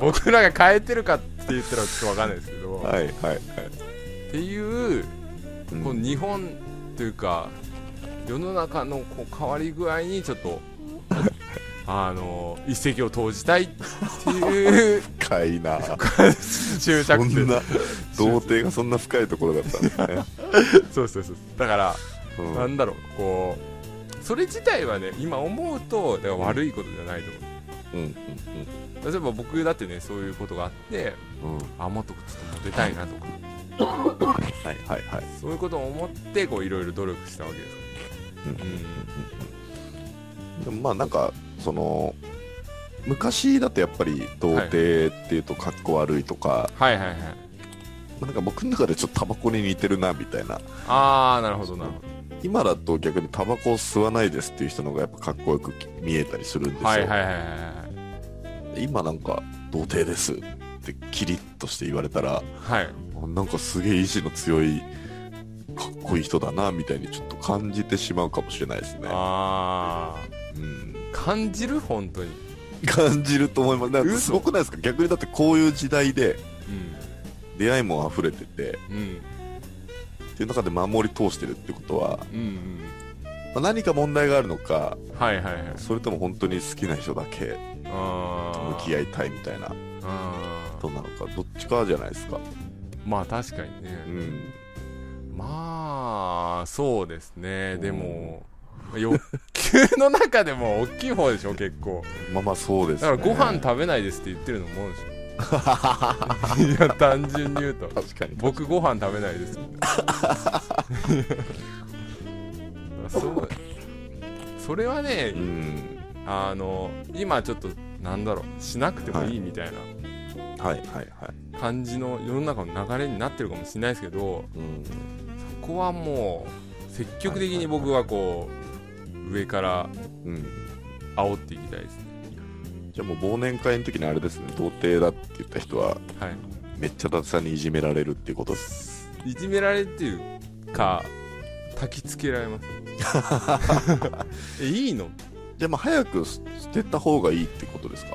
Speaker 2: 僕らが変えてるかって言ったらちょっとわかんないですけど、
Speaker 1: はいはいはい。
Speaker 2: っていう
Speaker 1: うん
Speaker 2: こう日本というか世の中のこう変わり具合にちょっ とあの一石を投じたいっていう
Speaker 1: 深い な。
Speaker 2: 注
Speaker 1: そ
Speaker 2: 釈
Speaker 1: ん
Speaker 2: 点
Speaker 1: な、童貞がそんな深いところだったんですね。
Speaker 2: そうそうそうだから、
Speaker 1: うん
Speaker 2: なんだろうこうそれ自体はね今思うとだから悪いことじゃないと
Speaker 1: うん
Speaker 2: 思
Speaker 1: うん
Speaker 2: う例えば僕だってねそういうことがあって
Speaker 1: うんうん。
Speaker 2: あもっとちょっとモテたいなとか
Speaker 1: はいはいはい。
Speaker 2: そういうことを思ってこういろいろ努力したわけですよ
Speaker 1: うん
Speaker 2: うん
Speaker 1: でもまあなんかその昔だとやっぱり童貞っていうとかっこ悪いとか、
Speaker 2: はいはいはい
Speaker 1: まあなんか僕の中でちょっとタバコに似てるなみたいな
Speaker 2: ああなるほどなるほ
Speaker 1: 今だと逆にタバコを吸わないですっていう人の方がやっぱかっこよく見えたりするんです
Speaker 2: ど
Speaker 1: よ、
Speaker 2: はいはいはいはいはい
Speaker 1: 今なんか童貞ですってキリッとして言われたら
Speaker 2: はい
Speaker 1: なんかすげえ意志の強いかっこいい人だなみたいにちょっと感じてしまうかもしれないですね、
Speaker 2: あ
Speaker 1: うん、
Speaker 2: あ感じる本当に
Speaker 1: 感じると思いますなんか
Speaker 2: 嘘
Speaker 1: すごくないですか逆にだってこういう時代で
Speaker 2: う
Speaker 1: 出会いも溢れてて
Speaker 2: んうん
Speaker 1: っていう中で守り通してるってことは、
Speaker 2: うん
Speaker 1: まあ何か問題があるのか
Speaker 2: うんはいはいはい
Speaker 1: それとも本当に好きな人だけ
Speaker 2: あ
Speaker 1: 向
Speaker 2: ー
Speaker 1: き合いたいみたいな
Speaker 2: あ
Speaker 1: 人なのかどっちかじゃないですか
Speaker 2: ーまあ確かに
Speaker 1: う
Speaker 2: ね
Speaker 1: ん
Speaker 2: まあそうですね
Speaker 1: うん
Speaker 2: でも欲求の中でも大きい方でしょ結構
Speaker 1: まあまあそうです
Speaker 2: だから
Speaker 1: ね
Speaker 2: ご飯食べないですって言ってるのもんでしょ いや単純に言うと
Speaker 1: 確かに
Speaker 2: 僕ご飯食べない ですみたいなそうそれはね
Speaker 1: うん
Speaker 2: あの今ちょっとなんだろうしなくても
Speaker 1: はいい
Speaker 2: いみたい
Speaker 1: はいはいはい
Speaker 2: な感じの世の中の流れになってるかもしれないですけど
Speaker 1: うん
Speaker 2: そこはもう積極的に僕はこう上から
Speaker 1: うん
Speaker 2: 煽っていきたいですね
Speaker 1: じゃあもう忘年会の時にあれですね童貞だって言った人は
Speaker 2: は
Speaker 1: めっちゃ伊達さんにいじめられるっていうことです
Speaker 2: いいじめられっていうか焚きつけられ ますえいいの
Speaker 1: じゃあまあ早く捨てた方がいいってことですか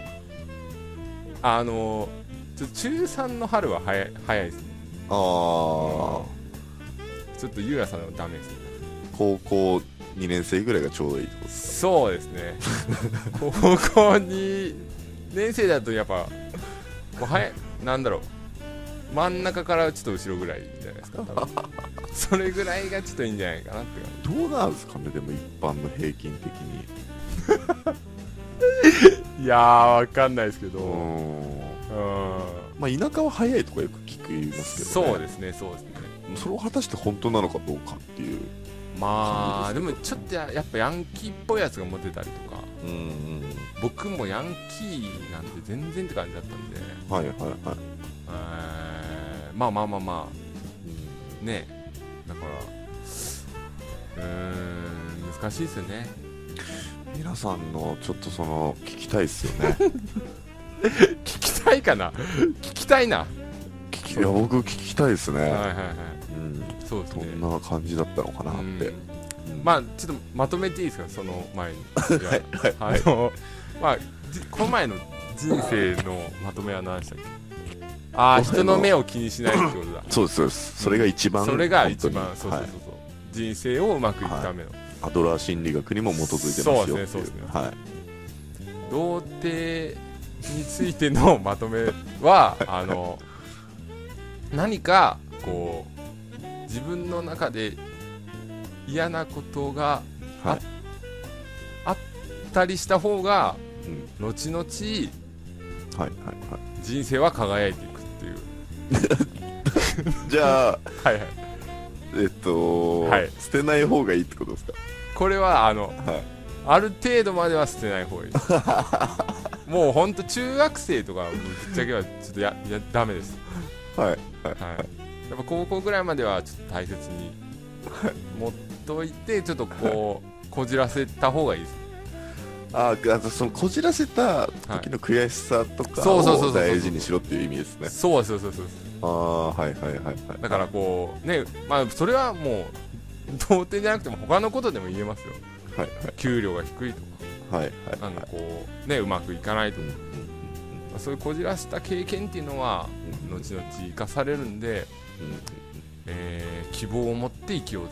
Speaker 2: あのちょ中3の春は早い早いですね
Speaker 1: ああー
Speaker 2: ちょっとゆうやさんはダメですね
Speaker 1: 高校2年生ぐらいがちょうどいいってことです
Speaker 2: そうですね高校に年生だとやっぱもう早いなんだろう真ん中からちょっと後ろぐらいじゃないですか多分それぐらいがちょっといいんじゃないかなって感
Speaker 1: どうなんですかねでも一般の平均的に
Speaker 2: じいやーわかんないですけど
Speaker 1: うん
Speaker 2: うん
Speaker 1: まあ田舎は早いとかよく聞く言いますけど、ね、
Speaker 2: そうですねそうですね
Speaker 1: それを果たして本当なのかどうかっていう
Speaker 2: まあでもちょっとややっぱヤンキーっぽいやつがモテたりとか
Speaker 1: うんうん
Speaker 2: 僕もヤンキーなんて全然って感じだったんで
Speaker 1: はいはいはい、
Speaker 2: えーまあまあまあまあねだからうーん難しいですよね
Speaker 1: 皆さんのちょっとその聞きたいですよ ね
Speaker 2: 聞きたいかな聞きたいな、
Speaker 1: 聞きいや僕聞きたいですね、
Speaker 2: はいはいは
Speaker 1: うん、
Speaker 2: いそうです
Speaker 1: ど
Speaker 2: ね
Speaker 1: んな感じだったのかなっ
Speaker 2: うん
Speaker 1: て、
Speaker 2: まあちょっとまとめていいですかその前に
Speaker 1: はいはい
Speaker 2: あのまあじこの前の人生のまとめは何でしたっけああ
Speaker 1: この前の
Speaker 2: 人の目を気にしないってことだ
Speaker 1: そうですそうですそれが一番
Speaker 2: それが
Speaker 1: 本当
Speaker 2: 一
Speaker 1: に
Speaker 2: 番そうそうそうそう、
Speaker 1: はい、
Speaker 2: 人生をうまくいくための、
Speaker 1: アドラー心理学にも基づいてますよっていう
Speaker 2: そうですねそうですね
Speaker 1: はい
Speaker 2: 童貞についてのまとめ はあの何かこう自分の中で嫌なことがあ,、
Speaker 1: はい
Speaker 2: あったりした方が
Speaker 1: うん
Speaker 2: 後々人
Speaker 1: はいはいは
Speaker 2: 生は輝いていくっていう
Speaker 1: い。じゃあ、
Speaker 2: はいはい
Speaker 1: えっと、
Speaker 2: はい
Speaker 1: 捨てない方がいいってことですか
Speaker 2: これはあの、
Speaker 1: はい
Speaker 2: ある程度までは捨てない方が いいですもうほんと中学生とかぶっちゃけはちょっとややダメです
Speaker 1: はい。
Speaker 2: はい、やっぱ高校ぐらいまではちょっと大切に持っといてちょっとこ うこじらせた方がいいです
Speaker 1: ああ、そのこじらせた時の悔しさとか
Speaker 2: そうそうそうそうそ
Speaker 1: を
Speaker 2: う
Speaker 1: 大事にしろっていう意味ですね。
Speaker 2: そうそうそうそう
Speaker 1: ああ、はいはいはいはい。
Speaker 2: だからこうねまあそれはもう童貞じゃなくても他のことでも言えますよ
Speaker 1: はい
Speaker 2: 給料が低いと
Speaker 1: はいはい
Speaker 2: かな
Speaker 1: は
Speaker 2: ん
Speaker 1: い
Speaker 2: か
Speaker 1: はい。
Speaker 2: こうねうまくいかないと
Speaker 1: う
Speaker 2: か
Speaker 1: んうん
Speaker 2: そういうこじらした経験っていうのは
Speaker 1: うんうん
Speaker 2: 後々生かされるんで、えー希望を持って生きようぜ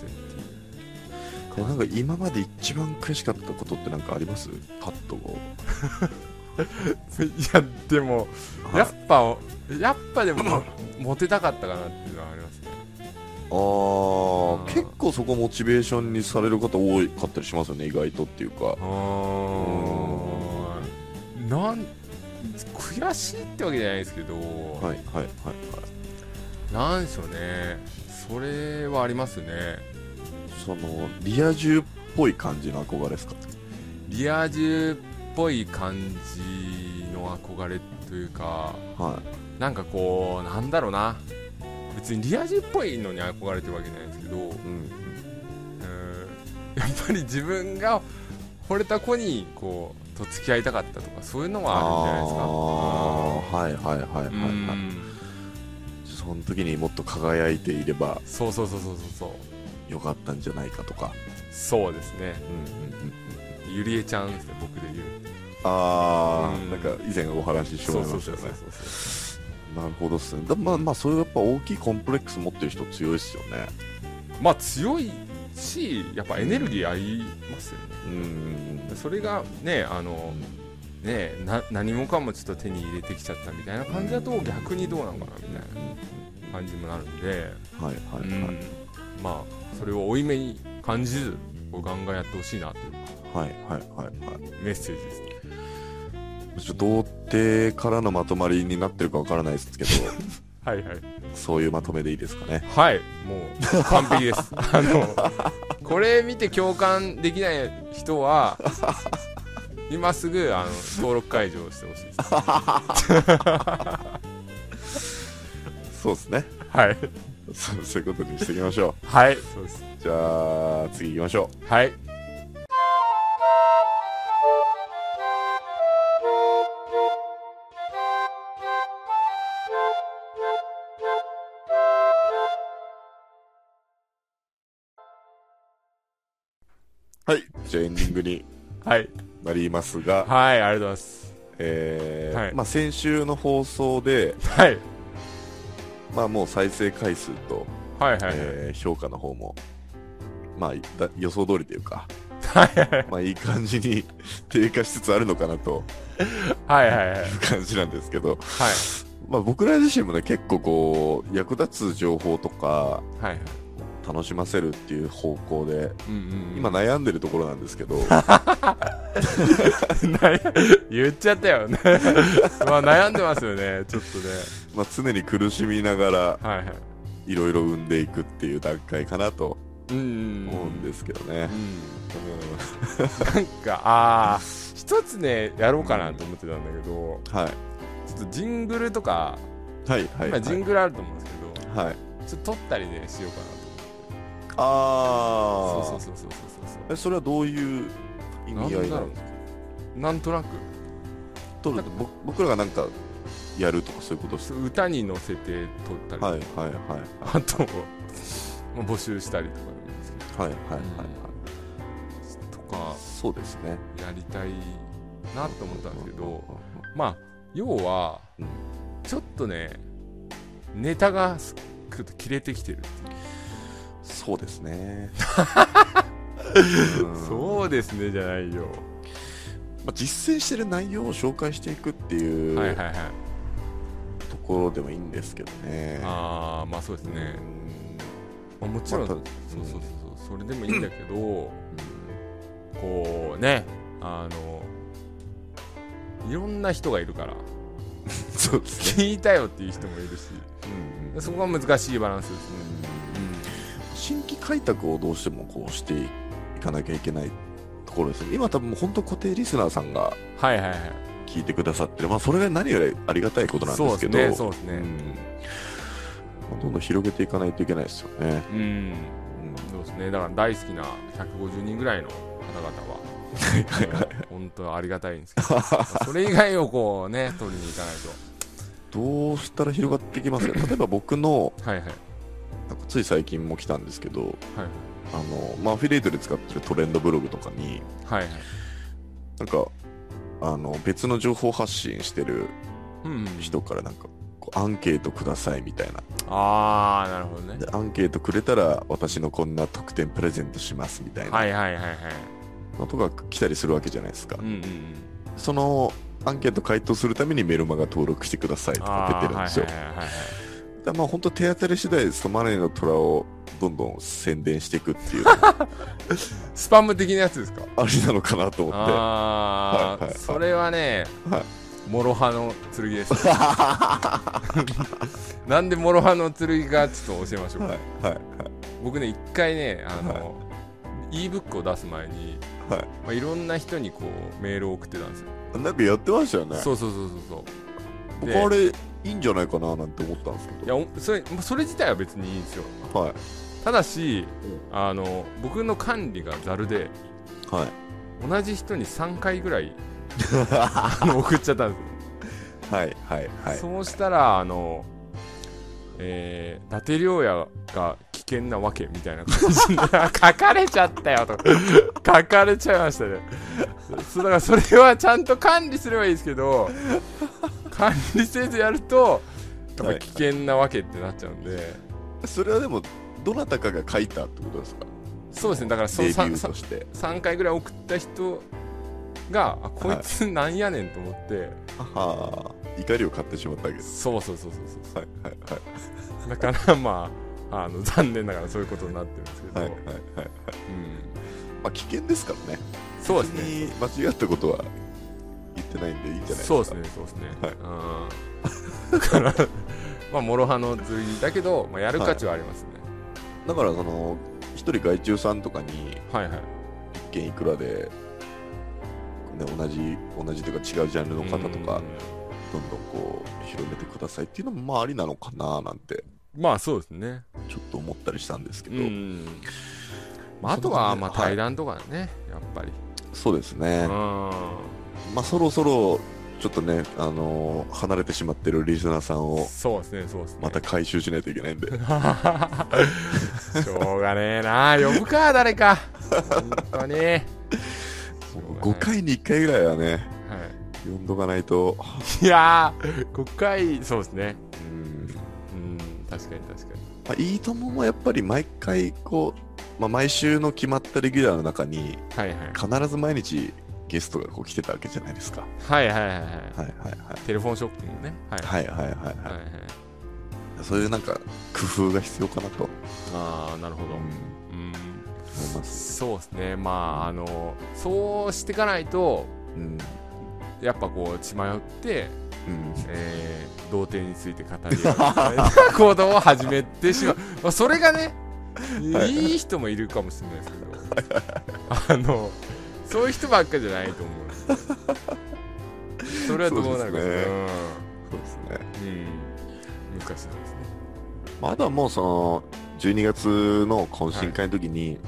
Speaker 1: うんなんか今まで一番悔しかったことってなんかありますパッとこ
Speaker 2: っていういやでも
Speaker 1: う。
Speaker 2: やっぱやっぱで もモテたかったかなっていうのはありますね
Speaker 1: あー結構そこモチベーションにされる方多かったりしますよね意外とっていうか
Speaker 2: うーんなん悔しいってわけじゃないですけど、
Speaker 1: はいはいはい
Speaker 2: なんでしょうねそれはありますね
Speaker 1: そのリア充っぽい感じの憧れですか
Speaker 2: リア充っぽい感じの憧れというか
Speaker 1: は
Speaker 2: なんかこうなんだろうな別にリア充っぽいのに憧れてるわけじゃないですけどう
Speaker 1: い、うん、
Speaker 2: ーんやっぱり自分が惚れた子にこうと付き合いたかったとかそういうのはあるんじゃない
Speaker 1: あーはいはいはいはい、
Speaker 2: ですかうん
Speaker 1: はい、その時にもっと輝いていれば
Speaker 2: そうそうそうそうそうそう
Speaker 1: よかったんじゃないかとか、
Speaker 2: そうですね
Speaker 1: うんうんうん、
Speaker 2: ゆりえちゃんですね僕で言う
Speaker 1: ああ、
Speaker 2: うん
Speaker 1: なんか以前お話ししてもらいましたよね
Speaker 2: そう
Speaker 1: なるほどっすねだまあまあそういうやっぱ大きいコンプレックス持ってる人強いっすよね
Speaker 2: まあ強いしやっぱエネルギーありますよね
Speaker 1: うんうん
Speaker 2: それがねあのねな何もかもちょっと手に入れてきちゃったみたいな感じだと逆にどうなのかなみたいな感じもなるんで、
Speaker 1: うんはいはいはい、
Speaker 2: うんまあそれを負い目に感じずこうガンガンやってほしいなっていう
Speaker 1: はいはいはいはい
Speaker 2: メッセージですね
Speaker 1: ちょっと童貞からのまとまりになってるかわからない ですけど
Speaker 2: はいはい
Speaker 1: そういうまとめでいいですかね
Speaker 2: はい、もう完璧 です。あの、これ見て共感できない人は、今すぐあの登録解除をしてほしいです。
Speaker 1: そうですね
Speaker 2: はい。
Speaker 1: そうそういうことにしていきましょ
Speaker 2: はい。そうです。
Speaker 1: うじゃあ次行きましょ
Speaker 2: はい。
Speaker 1: うはいじゃあエンディングに
Speaker 2: はい。
Speaker 1: なりますが、
Speaker 2: はい、ありがとうございます。
Speaker 1: えー
Speaker 2: はい
Speaker 1: まあ、先週の放送で、
Speaker 2: はい。
Speaker 1: まあ、もう再生回数と、
Speaker 2: はいはいはい。
Speaker 1: えー評価の方も、まあ、いだ予想通りというか、まあ、いい感じに 低下しつつあるのかなと
Speaker 2: はいはいはい。はい。
Speaker 1: いう感じなんですけど、まあ、僕ら自身もね結構こう役立つ情報とか
Speaker 2: はいはい。
Speaker 1: 楽しませるっていう方向で
Speaker 2: うんうんうん。
Speaker 1: 今悩んでるところなんですけど
Speaker 2: 言っちゃったよ ね。まあ悩んでますよね、ちょっとね。
Speaker 1: まあ常に苦しみながら
Speaker 2: はいはい。
Speaker 1: いろいろ生んでいくっていう段階かなと
Speaker 2: うんうん
Speaker 1: 思うんですけどね
Speaker 2: う。ん。なんか、ああ、一つね、やろうかなと思ってたんだけど、
Speaker 1: うんはい
Speaker 2: ちょっとジングルとか、
Speaker 1: はいはい、は
Speaker 2: 今
Speaker 1: い
Speaker 2: ジングルあると思うんですけど、
Speaker 1: はい、
Speaker 2: ちょっと撮ったりね、しようかな
Speaker 1: あ
Speaker 2: と。
Speaker 1: あ
Speaker 2: そうそうそうそうそう
Speaker 1: えそれはどういう意味合いなの
Speaker 2: そう。なんとなく、
Speaker 1: 撮るってぼ僕らがなんかやるとかそういうことです
Speaker 2: そう歌に乗せて撮ったり、
Speaker 1: はいはいはい
Speaker 2: あと、まあ募集したりとかでもいいんですけど
Speaker 1: はいはいはいはい、
Speaker 2: とか、
Speaker 1: そうですね
Speaker 2: やりたいなと思ったんですけど、まあ、要は
Speaker 1: うん、
Speaker 2: ちょっとね、ネタがすちょっと切れてきてるっていう
Speaker 1: そうですね
Speaker 2: そうですねじゃないよ。
Speaker 1: まあ、実践してる内容を紹介していくってい
Speaker 2: はいはいうはい
Speaker 1: ところでもいいんですけどね。
Speaker 2: ああまあそうです
Speaker 1: うん
Speaker 2: ね、まあもちろん、
Speaker 1: ま
Speaker 2: そ
Speaker 1: あ
Speaker 2: う
Speaker 1: た
Speaker 2: そうそうそうそれでもいいんだけど、
Speaker 1: うん
Speaker 2: こうねあのいろんな人がいるから
Speaker 1: そうですね。
Speaker 2: 聞いたよっていう人もいるし
Speaker 1: うん
Speaker 2: そこが難しいバランスですね、
Speaker 1: 新規開拓をどうしてもこうしていかなきゃいけないところですね。今多分本当固定リスナーさんが
Speaker 2: はいはいはい
Speaker 1: 聞いてくださってる、まあ、それが何よりありがたいことなんですけど、
Speaker 2: そうですねそうですね
Speaker 1: うんまあどんどん広げていかないといけないですよね。
Speaker 2: うん
Speaker 1: うん
Speaker 2: そうですねだから大好きな150人ぐらいの方々は本当ありがたいんですけどそれ以外をこうね取りに行かない
Speaker 1: どうしたら広がっていきます か例えば僕の
Speaker 2: とはいはい
Speaker 1: なんかつい最近も来たんですけど
Speaker 2: はい
Speaker 1: あの、まあ、アフィリエイトで使ってるトレンドブログとかに
Speaker 2: はいはい
Speaker 1: なんかあの別の情報発信してる
Speaker 2: うんうん
Speaker 1: 人からなんかこうアンケートくださいみたいな
Speaker 2: ああなるほどね
Speaker 1: でアンケートくれたら私のこんな特典プレゼントしますみたいな
Speaker 2: はいはいはいはい
Speaker 1: のとか来たりするわけじゃないですか、
Speaker 2: うんうんうん
Speaker 1: そのアンケート回答するためにメルマガ登録してくださいとか出てるんですよ、
Speaker 2: あーはいはいはいはい
Speaker 1: だからまあ本当手当たり次第ですとマネーの虎をどんどん宣伝していくっ ていうのが
Speaker 2: スパム的なやつですか
Speaker 1: ありなのかなと思って
Speaker 2: あ
Speaker 1: はいはいは
Speaker 2: あ
Speaker 1: い
Speaker 2: それはね
Speaker 1: は
Speaker 2: 諸刃の剣です なんで諸刃の剣かちょっと教えましょうか
Speaker 1: はいはい
Speaker 2: 僕ね一回ねあの、ebook を出す前に、
Speaker 1: はい
Speaker 2: まあ、いろんな人にこうメールを送ってたんですよ、
Speaker 1: なんかやってましたよね
Speaker 2: そうそうそうそうそう
Speaker 1: 僕
Speaker 2: で
Speaker 1: あれいいんじゃないかななんて思ったんですけ
Speaker 2: いやおそれそれ自体は別にいいんですよ
Speaker 1: どはい
Speaker 2: ただしあの僕の管理がざるで
Speaker 1: はい
Speaker 2: 同じ人に3回ぐ らいあの送っちゃったんですよ
Speaker 1: はいはいはい
Speaker 2: そうしたら、あの、えー、伊達亮也が危険なわけみたいな感じで、 書かれちゃったよとか、書かれちゃいましたね。そだからそれはちゃんと管理すればいいですけど、管理せずやると、やっぱ危険なわけってなっちゃうんで、
Speaker 1: それはでもどなたかが書いたってことですか
Speaker 2: そうですね、だからそ
Speaker 1: デ
Speaker 2: の
Speaker 1: ビュ
Speaker 2: 3,
Speaker 1: ーとして
Speaker 2: 回ぐらい送った人が、あこいつなんやねんと思って、
Speaker 1: はあ怒りを買ってしまったわけです
Speaker 2: そうそうそうそう
Speaker 1: は
Speaker 2: そう。
Speaker 1: いはいは
Speaker 2: だからまああの残念ながらそういうことになってるんですけど、
Speaker 1: いはいはいはい
Speaker 2: うん、
Speaker 1: まあ危険ですからね
Speaker 2: そうですね
Speaker 1: ね間違ったことは言ってないんでいいんじゃないですか
Speaker 2: そうですねそうですね、
Speaker 1: はい
Speaker 2: うんだから まあ諸刃の剣だけど、まあ、やる価値はありますね、
Speaker 1: だからその一人外注さんとかに
Speaker 2: はい、はい
Speaker 1: 一件いくらで、ね、同じ同じというか違うジャンルの方とかどんどんこう広めてくださいっていうのもまあありなのかななんて
Speaker 2: うんまあそうですね、
Speaker 1: ちょっと思ったりしたんですけ
Speaker 2: う
Speaker 1: ど、
Speaker 2: んまあ、あとはまあ
Speaker 1: はい
Speaker 2: 対談とかね、やっぱり、
Speaker 1: そうですね、
Speaker 2: う
Speaker 1: まあそろそろちょっとね、あのー離れてしまってるリスナーさん
Speaker 2: ん、
Speaker 1: を
Speaker 2: そうですねそうですね
Speaker 1: また 回収しないといけないんで、
Speaker 2: しょうがねえな呼ぶか誰か本 当に
Speaker 1: 5回に1回ぐらいはね
Speaker 2: はい
Speaker 1: 呼んどかないと
Speaker 2: いやー、国会、そうですね。
Speaker 1: うん、
Speaker 2: うん、確かに確かに。
Speaker 1: まあ、いいとももやっぱり毎回こう、まあ、毎週の決まったレギュラーの中に
Speaker 2: はいはい。
Speaker 1: 必ず毎日ゲストがこう来てたわけじゃないですか
Speaker 2: はいはいはいは
Speaker 1: はいはい
Speaker 2: い。テレフォンショッピングね。はい。
Speaker 1: はいはいはいはい、は
Speaker 2: はいはい。
Speaker 1: い、そういうなんか工夫が必要かなと
Speaker 2: ああ、なるほ
Speaker 1: 思
Speaker 2: ど。
Speaker 1: い
Speaker 2: うん。
Speaker 1: ます、
Speaker 2: そうですね。まあ、あの、そうしていかないと、
Speaker 1: うん
Speaker 2: やっぱこう、血迷って、
Speaker 1: うん、
Speaker 2: えー、童貞について語り合う みたいな行動を始めてしまう。まあ、それがね、
Speaker 1: はい
Speaker 2: いい人もいるかもしれないですけど、あの、そういう人ばっかじゃないと思うんですよ。それはどうなるか
Speaker 1: そうですねそう
Speaker 2: うん
Speaker 1: ですね
Speaker 2: うん、難しいですね。
Speaker 1: まあ、あとはもうその12月の懇親会の時に、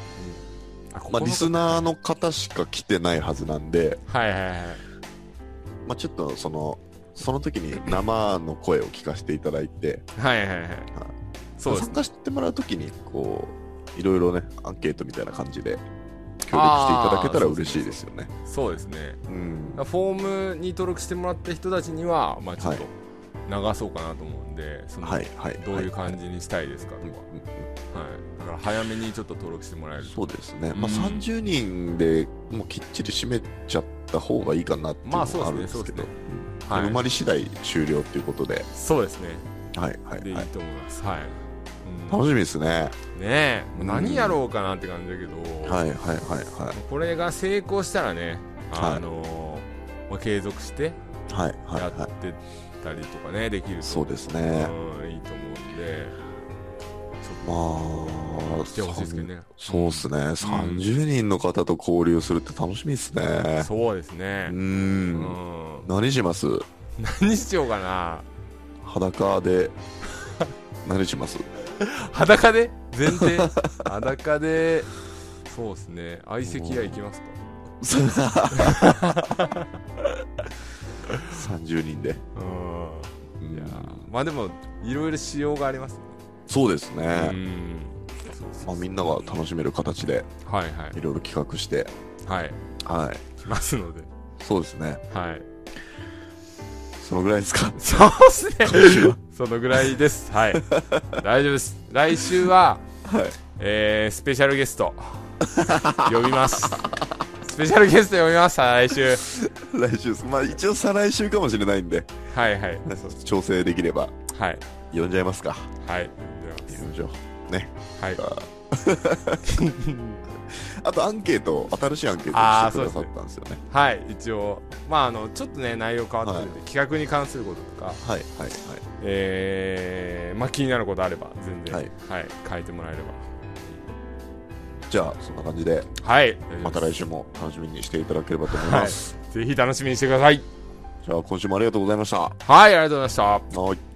Speaker 2: あ、こ
Speaker 1: まあ、リスナーの方しか来てないはずなんで、
Speaker 2: はいはいはい。
Speaker 1: まあ、ちょっとそのその時に生の声を聞かせていただいて
Speaker 2: はいはいはい。そうです
Speaker 1: 参。加してもらう時にこういろいろねアンケートみたいな感じで協力していただけたら
Speaker 2: あー
Speaker 1: 嬉しいですよね
Speaker 2: そうですね。
Speaker 1: うん
Speaker 2: フォームに登録してもらった人たちには、まあちょっと、
Speaker 1: は
Speaker 2: 流そうかなと思うんで、その
Speaker 1: はいはい
Speaker 2: どういう感じにしたいですかと
Speaker 1: うんうんうん
Speaker 2: か、はい、だから早めにちょっと登録してもらえると、
Speaker 1: そうですね、まあ、
Speaker 2: うん
Speaker 1: 30人でもうきっちり締めちゃった方がいいかなっていうの
Speaker 2: ま
Speaker 1: が
Speaker 2: あ
Speaker 1: あ
Speaker 2: そ
Speaker 1: る
Speaker 2: うんで
Speaker 1: です
Speaker 2: ね
Speaker 1: すけど、
Speaker 2: そう
Speaker 1: うん埋
Speaker 2: は
Speaker 1: まり次第終了ということで、
Speaker 2: い、そうですね、
Speaker 1: はいはい
Speaker 2: でいい
Speaker 1: はい、
Speaker 2: と思います、はい
Speaker 1: 楽しみですね。
Speaker 2: うん、ねえ、もう何やろうかなって感じだけど、
Speaker 1: はいはいはいは
Speaker 2: これが成功したらね、
Speaker 1: はい
Speaker 2: あのーまあ、継続して
Speaker 1: いはいはい
Speaker 2: や
Speaker 1: は
Speaker 2: ってったりとかね、できる
Speaker 1: い
Speaker 2: と
Speaker 1: そうですね。
Speaker 2: うん、いいと思うんで、ち
Speaker 1: ま
Speaker 2: ょっ
Speaker 1: あ
Speaker 2: と来てほしいですけどね。
Speaker 1: そうですね、30人の方と交流するって楽しみですね。
Speaker 2: そうです
Speaker 1: う。
Speaker 2: ね。うんん。
Speaker 1: 何します
Speaker 2: 何しようかな。
Speaker 1: 裸で 何します
Speaker 2: 裸で全然。裸で、そうですね。相席屋行きますか。
Speaker 1: ?30 人で。
Speaker 2: うん。
Speaker 1: うん
Speaker 2: いやーまあでも、いろいろ仕様がありますね。
Speaker 1: そうですね。
Speaker 2: うん。そうそう
Speaker 1: まあ、みんなが楽しめる形で
Speaker 2: はいはい
Speaker 1: いろいろ企画して、
Speaker 2: はい。
Speaker 1: はい、
Speaker 2: 来ますので。
Speaker 1: そうですね、
Speaker 2: はい。
Speaker 1: そのぐらいですか、
Speaker 2: そうっすね
Speaker 1: 今週は。
Speaker 2: そのぐらいです。はい。大丈夫です。来週は、
Speaker 1: はい、
Speaker 2: えー、スペシャルゲスト呼びますスペシャルゲスト呼びます来週
Speaker 1: 来週です、まあ、一応再来週かもしれないんで、
Speaker 2: はいはい
Speaker 1: 調整できれば
Speaker 2: はい
Speaker 1: 呼んじゃいますか、
Speaker 2: はい
Speaker 1: 呼んじゃおうね、
Speaker 2: はい
Speaker 1: あとアンケート、新しいアンケー
Speaker 2: あー
Speaker 1: トをしてくださったんですよね、
Speaker 2: はい一応まああのちょっとね内容変わってるんで、企画に関することとか
Speaker 1: はいはい
Speaker 2: えー、まあ気になることあれば全然
Speaker 1: は
Speaker 2: はいい、書いてもらえれ
Speaker 1: じゃあ、そんな感じで、
Speaker 2: ばはい
Speaker 1: また来週も楽しみにしていただければと思います。
Speaker 2: ぜひ楽しみにしてください
Speaker 1: じゃあ、今週もありがとうございました。は
Speaker 2: はいありがとうございました
Speaker 1: ーい